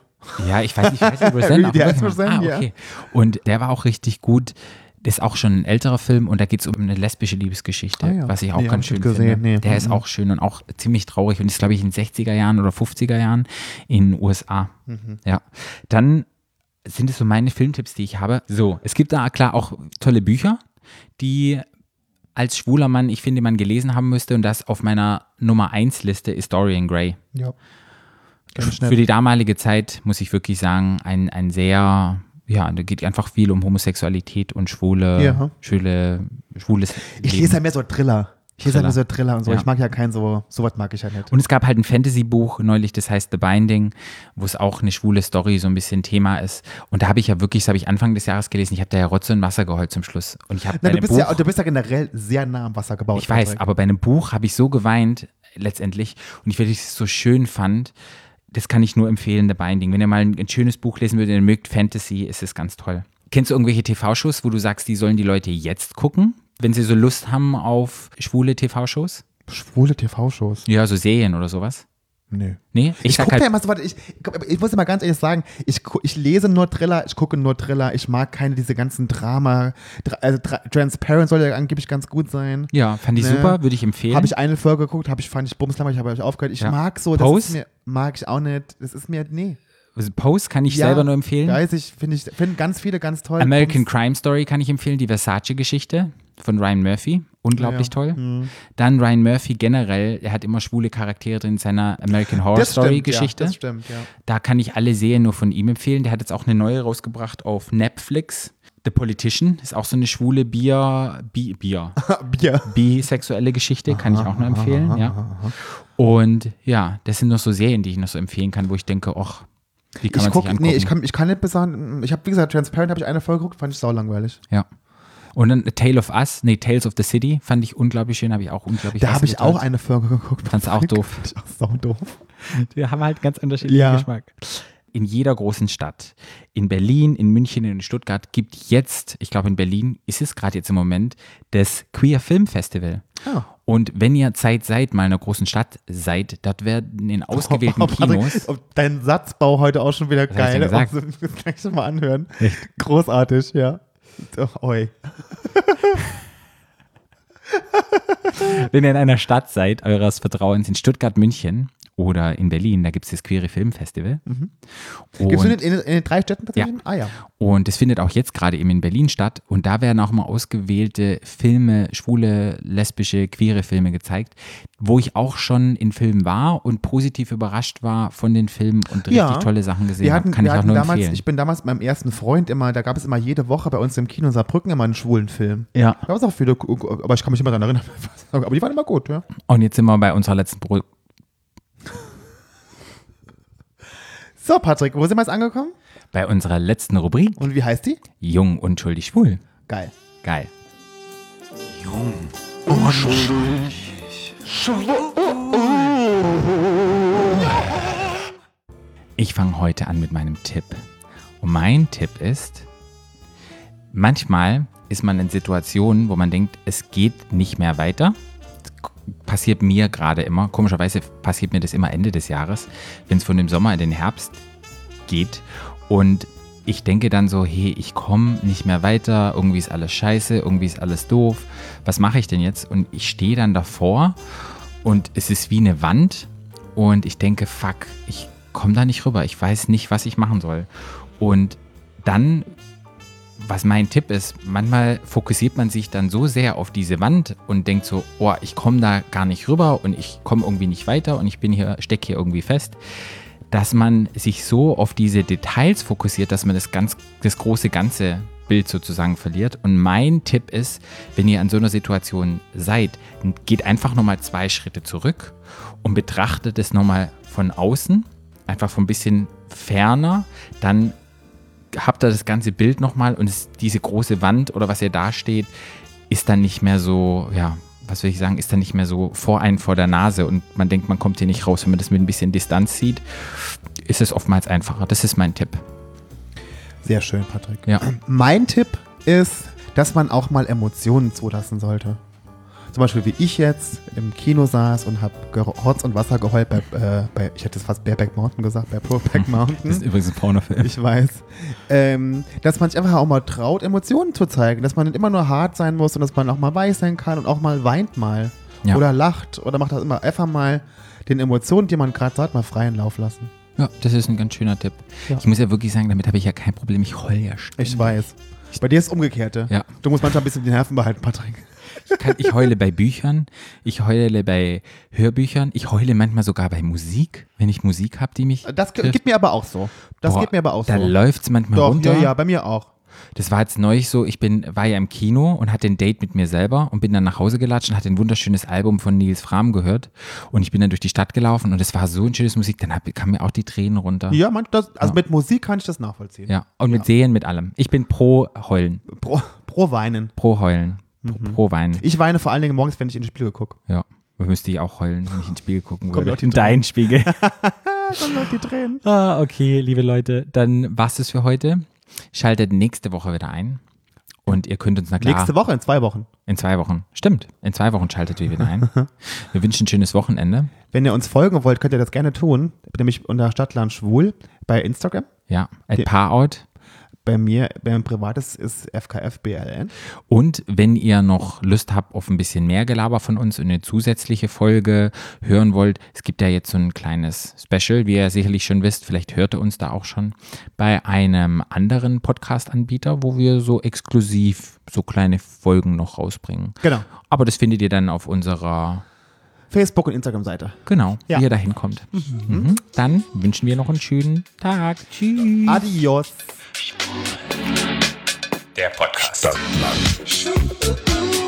Ja, ich weiß nicht, wie heißt die Roseanne? Die heißt aber- Roseanne, ja. ah, okay. Und der war auch richtig gut. Das ist auch schon ein älterer Film und da geht es um eine lesbische Liebesgeschichte, Ah, ja. was ich auch Nee, hab ganz ich nicht schön gesehen, finde. nee. Der ist Mhm. auch schön und auch ziemlich traurig und ist, glaube ich, in den 60er Jahren oder 50er Jahren in den USA. Mhm. Ja. Dann sind es so meine Filmtipps, die ich habe. So, es gibt da klar auch tolle Bücher, die als schwuler Mann, ich finde, man gelesen haben müsste und das auf meiner Nummer 1 Liste ist Dorian Gray. Ja. Ganz Für schnell. die damalige Zeit muss ich wirklich sagen, ein, ein sehr, ja, da geht einfach viel um Homosexualität und schwule, Ja. schwule, schwules Ich Leben. lese ja mehr so Thriller. Ich lese Thriller. ja mehr so Thriller und so. Ja. Ich mag ja keinen so, sowas mag ich ja nicht. Und es gab halt ein Fantasy-Buch neulich, das heißt The Binding, wo es auch eine schwule Story so ein bisschen Thema ist. Und da habe ich ja wirklich, das habe ich Anfang des Jahres gelesen, ich habe da ja Rotze und Wasser geheult zum Schluss. Und ich habe bei Na, du, einem bist Buch, ja, du bist ja generell sehr nah am Wasser gebaut. ich weiß, Patrick. aber bei einem Buch habe ich so geweint, äh, letztendlich, und ich wirklich es so schön fand, das kann ich nur empfehlen, The Binding. Wenn ihr mal ein, ein schönes Buch lesen würdet, ihr mögt Fantasy, ist es ganz toll. Kennst du irgendwelche TV-Shows, wo du sagst, die sollen die Leute jetzt gucken, wenn sie so Lust haben auf schwule TV-Shows? Schwule TV-Shows. Ja, so Serien oder sowas. Nö. Nee, Ich, sag halt gucke ja immer so, warte, ich, ich muss dir mal ganz ehrlich sagen, ich, gu- ich lese nur Thriller, ich gucke nur Thriller, ich mag keine diese ganzen Drama. Dra, also Dra, Transparent soll ja angeblich ganz gut sein. ja, fand ich Ne? super, würde ich empfehlen. Habe ich eine Folge geguckt, habe ich fand ich bumslammer, ich habe hab ich aufgehört. Ich Ja. mag so, das Pose? ist mir, mag ich auch nicht. Das ist mir nee. Also Pose kann ich Ja, selber nur empfehlen. Weiß ich, finde ich finden ganz viele ganz toll. American Bums- Crime Story kann ich empfehlen, die Versace-Geschichte von Ryan Murphy. Unglaublich Ja. Mhm. toll. Dann Ryan Murphy generell, er hat immer schwule Charaktere drin in seiner American Horror Story-Geschichte. Ja, das stimmt, ja. da kann ich alle Serien nur von ihm empfehlen. Der hat jetzt auch eine neue rausgebracht auf Netflix. The Politician ist auch so eine schwule Bier, Bi- Bier, Bier. bisexuelle Geschichte, kann ich auch nur empfehlen. Ja. Und ja, das sind noch so Serien, die ich noch so empfehlen kann, wo ich denke, och, die kann Ich man sich gucke, angucken. nee, ich kann, ich kann nicht besagen, ich habe, wie gesagt, Transparent habe ich eine Folge geguckt, fand ich sau langweilig. ja. Und dann A Tale of Us, nee, Tales of the City, fand ich unglaublich schön, habe ich auch unglaublich Da habe ich ausgeteilt. auch eine Folge geguckt. Fand's auch doof. Fand Ich auch sau doof. Wir haben halt ganz unterschiedlichen Ja. Geschmack. In jeder großen Stadt, in Berlin, in München und in Stuttgart gibt jetzt, ich glaube in Berlin ist es gerade jetzt im Moment, das Queer Film Festival. Ah. Und wenn ihr Zeit seid, mal in einer großen Stadt seid, dort werden in ausgewählten Oh, Patrick, Kinos. oh, Dein Satzbau heute auch schon wieder Was hab ich geil. denn gesagt? Oh, so- Das kann ich schon mal anhören. Echt? Großartig, ja. Doch, oi. Wenn ihr in einer Stadt seid, eures Vertrauens in Stuttgart, München oder in Berlin, da gibt es das Queere Film Festival. Mhm. Gibt es Und, in, den- in den drei Städten tatsächlich? Ja. Ah ja. und es findet auch jetzt gerade eben in Berlin statt. Und da werden auch mal ausgewählte Filme, schwule, lesbische, queere Filme gezeigt, wo ich auch schon in Filmen war und positiv überrascht war von den Filmen und richtig Ja. tolle Sachen gesehen Wir habe. hatten, Kann wir ich auch hatten nur damals, empfehlen. ich bin damals mit meinem ersten Freund immer, da gab es immer jede Woche bei uns im Kino in Saarbrücken immer einen schwulen Film. Ja. Da gab es auch viele, aber ich kann mich immer daran erinnern. Aber die waren immer gut, ja. Und jetzt sind wir bei unserer letzten Pro So, Patrick, wo sind wir jetzt angekommen? bei unserer letzten Rubrik. Und wie heißt die? Jung, unschuldig, schwul. Geil. Geil. Ich fange heute an mit meinem Tipp. Und mein Tipp ist, manchmal ist man in Situationen, wo man denkt, es geht nicht mehr weiter. Das k- Passiert mir gerade immer. Komischerweise passiert mir das immer Ende des Jahres, wenn es von dem Sommer in den Herbst geht. Und ich denke dann so, hey, ich komme nicht mehr weiter, irgendwie ist alles scheiße, irgendwie ist alles doof. Was mache ich denn jetzt? Und ich stehe dann davor und es ist wie eine Wand und ich denke, fuck, ich komme da nicht rüber, ich weiß nicht, was ich machen soll. Und dann, was mein Tipp ist, manchmal fokussiert man sich dann so sehr auf diese Wand und denkt so, oh, ich komme da gar nicht rüber und ich komme irgendwie nicht weiter und ich bin hier, stecke hier irgendwie fest dass man sich so auf diese Details fokussiert, dass man das, ganz, das große ganze Bild sozusagen verliert. Und mein Tipp ist, wenn ihr an so einer Situation seid, geht einfach nochmal zwei Schritte zurück und betrachtet es nochmal von außen, einfach von ein bisschen ferner. Dann habt ihr das ganze Bild nochmal und es, diese große Wand oder was ihr da steht, ist dann nicht mehr so, ja, was will ich sagen, ist dann nicht mehr so vor einen vor der Nase und man denkt, man kommt hier nicht raus. Wenn man das mit ein bisschen Distanz sieht, ist es oftmals einfacher. Das ist mein Tipp. Sehr schön, Patrick. Ja. Mein Tipp ist, dass man auch mal Emotionen zulassen sollte. Zum Beispiel wie ich jetzt im Kino saß und habe Horz und Wasser geheult bei, äh, bei, ich hätte es fast Bareback Mountain gesagt, bei Brokeback Mountain. übrigens ein Pornofilm. Ich weiß. Ähm, dass man sich einfach auch mal traut, Emotionen zu zeigen. Dass man nicht immer nur hart sein muss und dass man auch mal weiß sein kann und auch mal weint mal. Ja. Oder lacht oder macht das immer einfach mal den Emotionen, die man gerade hat, mal freien Lauf lassen. Ja, das ist ein ganz schöner Tipp. Ja. Ich muss ja wirklich sagen, damit habe ich ja kein Problem. Ich heul ja ständig. Ich weiß. Bei dir ist umgekehrte. Mhm. Ja. Du musst manchmal ein bisschen die Nerven behalten, Patrick. Ich, kann, ich heule bei Büchern, ich heule bei Hörbüchern, ich heule manchmal sogar bei Musik, wenn ich Musik habe, die mich. Das ge- trifft. geht mir aber auch so. Äh, Das Boah, geht mir aber auch Da so. läuft es manchmal Doch, runter. ja, ja, bei mir auch. Das war jetzt neulich so, ich bin, war ja im Kino und hatte ein Date mit mir selber und bin dann nach Hause gelatscht und hatte ein wunderschönes Album von Nils Fram gehört. Und ich bin dann durch die Stadt gelaufen und es war so ein schönes Musik, dann hab, kamen mir auch die Tränen runter. Ja, man, das, also Ja. mit Musik kann ich das nachvollziehen. Ja, und mit Sehen, mit allem. Ich bin pro Heulen, Pro, pro Weinen. pro Heulen, pro, Mhm. pro Weinen. Ich weine vor allen Dingen morgens, wenn ich in die Spiele gucke. Ja, müsste ich auch heulen, wenn ich ins Spiegel gucken Kommt auch würde. die In deinen Spiegel. Oh Die Tränen. Ah, okay, liebe Leute, dann war's es für heute. Schaltet nächste Woche wieder ein. Und ihr könnt uns, na klar, Nächste Woche, in zwei Wochen. in zwei Wochen, stimmt, in zwei Wochen schaltet ihr wieder ein. Wir wünschen ein schönes Wochenende. Wenn ihr uns folgen wollt, könnt ihr das gerne tun. Nämlich unter Stadtland Schwul bei Instagram. Ja, at Paarout. Bei mir, beim Privates ist FKFBLN. Und wenn ihr noch Lust habt auf ein bisschen mehr Gelaber von uns und eine zusätzliche Folge hören wollt, es gibt ja jetzt so ein kleines Special, wie ihr sicherlich schon wisst, vielleicht hört ihr uns da auch schon, bei einem anderen Podcast-Anbieter, wo wir so exklusiv so kleine Folgen noch rausbringen. Genau. Aber das findet ihr dann auf unserer, Facebook und Instagram-Seite. genau, Ja. wie ihr da hinkommt. Mhm. Dann wünschen wir noch einen schönen Tag. Tschüss. Adios. Stadtland. Stadtland.